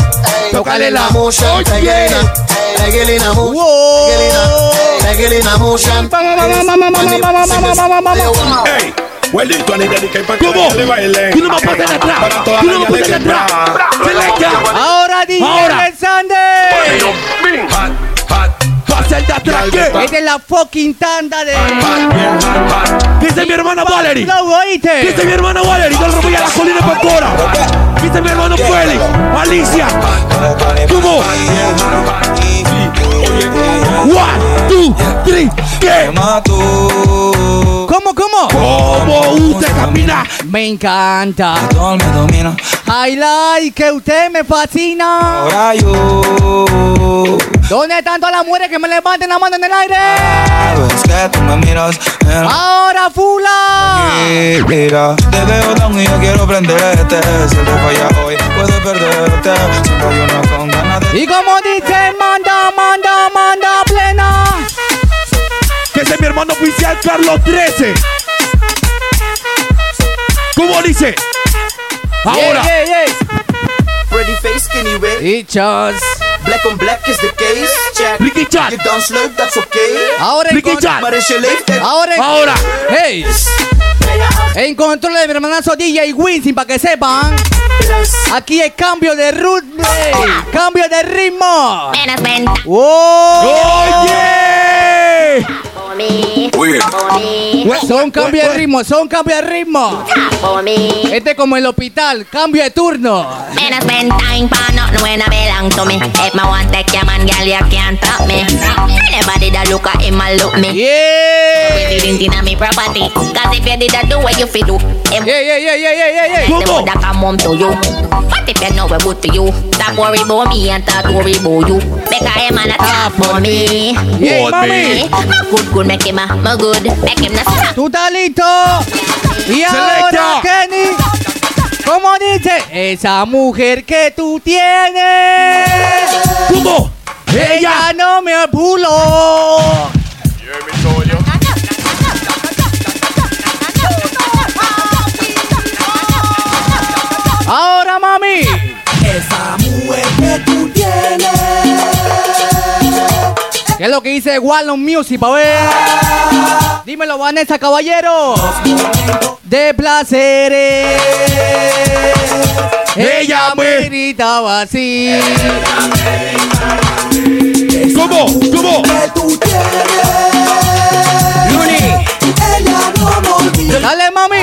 [SPEAKER 1] Tócale la.
[SPEAKER 10] motion,
[SPEAKER 1] Oye.
[SPEAKER 10] pegelina, pegelina motion,
[SPEAKER 2] Wow.
[SPEAKER 10] pegelina, pegelina motion.
[SPEAKER 2] Vamos, vamos, vamos, vamos, vamos, vamos, vamos, vamos, vamos.
[SPEAKER 4] Hey, well, it's only dedicated para
[SPEAKER 1] ¿Cómo?
[SPEAKER 4] que le bailen.
[SPEAKER 1] Tú no me pases de atrás.
[SPEAKER 4] Para todas
[SPEAKER 1] Tú no me
[SPEAKER 4] las
[SPEAKER 1] pases de
[SPEAKER 4] alegrías.
[SPEAKER 1] atrás. Selecta.
[SPEAKER 2] Ahora DJ
[SPEAKER 1] Ahora.
[SPEAKER 2] Alexander.
[SPEAKER 4] Hot, hot,
[SPEAKER 1] Pasa el de atrás. ¿Qué?
[SPEAKER 2] Esta es la fucking tanda de.
[SPEAKER 4] hot, hot.
[SPEAKER 1] Dice mi hermana Valerie.
[SPEAKER 2] Flow,
[SPEAKER 1] Dice
[SPEAKER 2] oíste.
[SPEAKER 1] mi hermana Valerie. Yo le voy a la colina de Pancora. Dice mi hermano Félix. Alicia. ¿Cómo? One, two, three, ¿qué?
[SPEAKER 6] Mato,
[SPEAKER 2] ¿Cómo, cómo?
[SPEAKER 1] ¿Cómo usted camina?
[SPEAKER 2] Me encanta.
[SPEAKER 6] todo me domina.
[SPEAKER 2] I like que usted me fascina.
[SPEAKER 6] Ahora yo.
[SPEAKER 2] ¿Dónde están todas las mujeres que me levanten la mano en el aire?
[SPEAKER 6] Sabes Ah, pues que tú me miras en la
[SPEAKER 2] Ahora fula.
[SPEAKER 6] mira. Te veo down y yo quiero prenderte. Si te falla hoy, puedes perderte. Siempre hay una con ganas de
[SPEAKER 2] Y como dice, manda, manda, manda plena.
[SPEAKER 1] Que es mi hermano oficial Carlos 13.
[SPEAKER 4] ¿Cómo dice? Ahora.
[SPEAKER 2] Yeah, yeah, yeah.
[SPEAKER 8] Pretty face, skinny waist. Black on black is the case. Check. You dance low, that's okay.
[SPEAKER 2] Ahora en contra-
[SPEAKER 8] Parece late.
[SPEAKER 2] Ahora. en- Hey. En control de mi hermanazo DJ Winston, para que sepan. Aquí hay cambio de ritmo. Cambio de ritmo. ¡Oh!
[SPEAKER 4] ¡Oye!
[SPEAKER 2] Oh. Son cambio de ritmo, son cambio de ritmo. Este es como el hospital, cambio de turno.
[SPEAKER 7] Man, I spend time for nothing when I belong to me. If my one take your man, girl, you can't stop me. Anybody that look at him, I look me.
[SPEAKER 2] Yeah.
[SPEAKER 7] You didn't deny me property. Cause if you did that, do what you fi do. Him
[SPEAKER 2] yeah, yeah, yeah, yeah, yeah, yeah.
[SPEAKER 7] Come on. That come home to you. What if you know we're good to you? Stop worry about me and start worry about you. Because him and a talk for me.
[SPEAKER 2] Yeah, What, mommy?
[SPEAKER 7] My good, good, make him a, my good. Make him not stop.
[SPEAKER 2] ¿Tú estás listo? Y ahora,
[SPEAKER 7] Selecta.
[SPEAKER 2] Kenny, ¿cómo dice? Esa mujer que tú tienes.
[SPEAKER 4] ¿Cómo?
[SPEAKER 2] Ella no me apuló. Ahora, mami. Esa mujer que tú tienes. ¿Qué es lo que dice Wallon Music, pa' ver? Dímelo, Vanessa Caballero. De placeres. Ella me gritaba así.
[SPEAKER 4] ¿Cómo? ¿Cómo?
[SPEAKER 2] Dale, mami.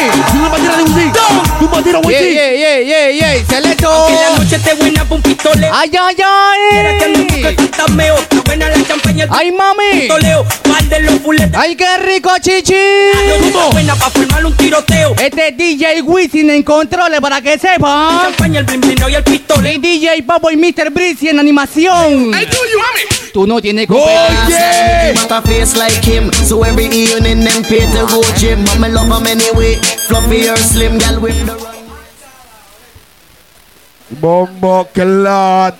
[SPEAKER 2] Yeah, yeah, yeah, yeah, yeah. Selecto. Ay, ay, ay. Ay, mami. Ay, qué rico, chichi. Este es DJ Wisin en controles para que sepan. Y DJ Papo y Mr. Breezy en animación. Tú no tienes que
[SPEAKER 8] Oye! Mata face like him, so every evening them pay to go gym. But me love him anyway, fluffy or slim, gal with the
[SPEAKER 4] Bombo Clot.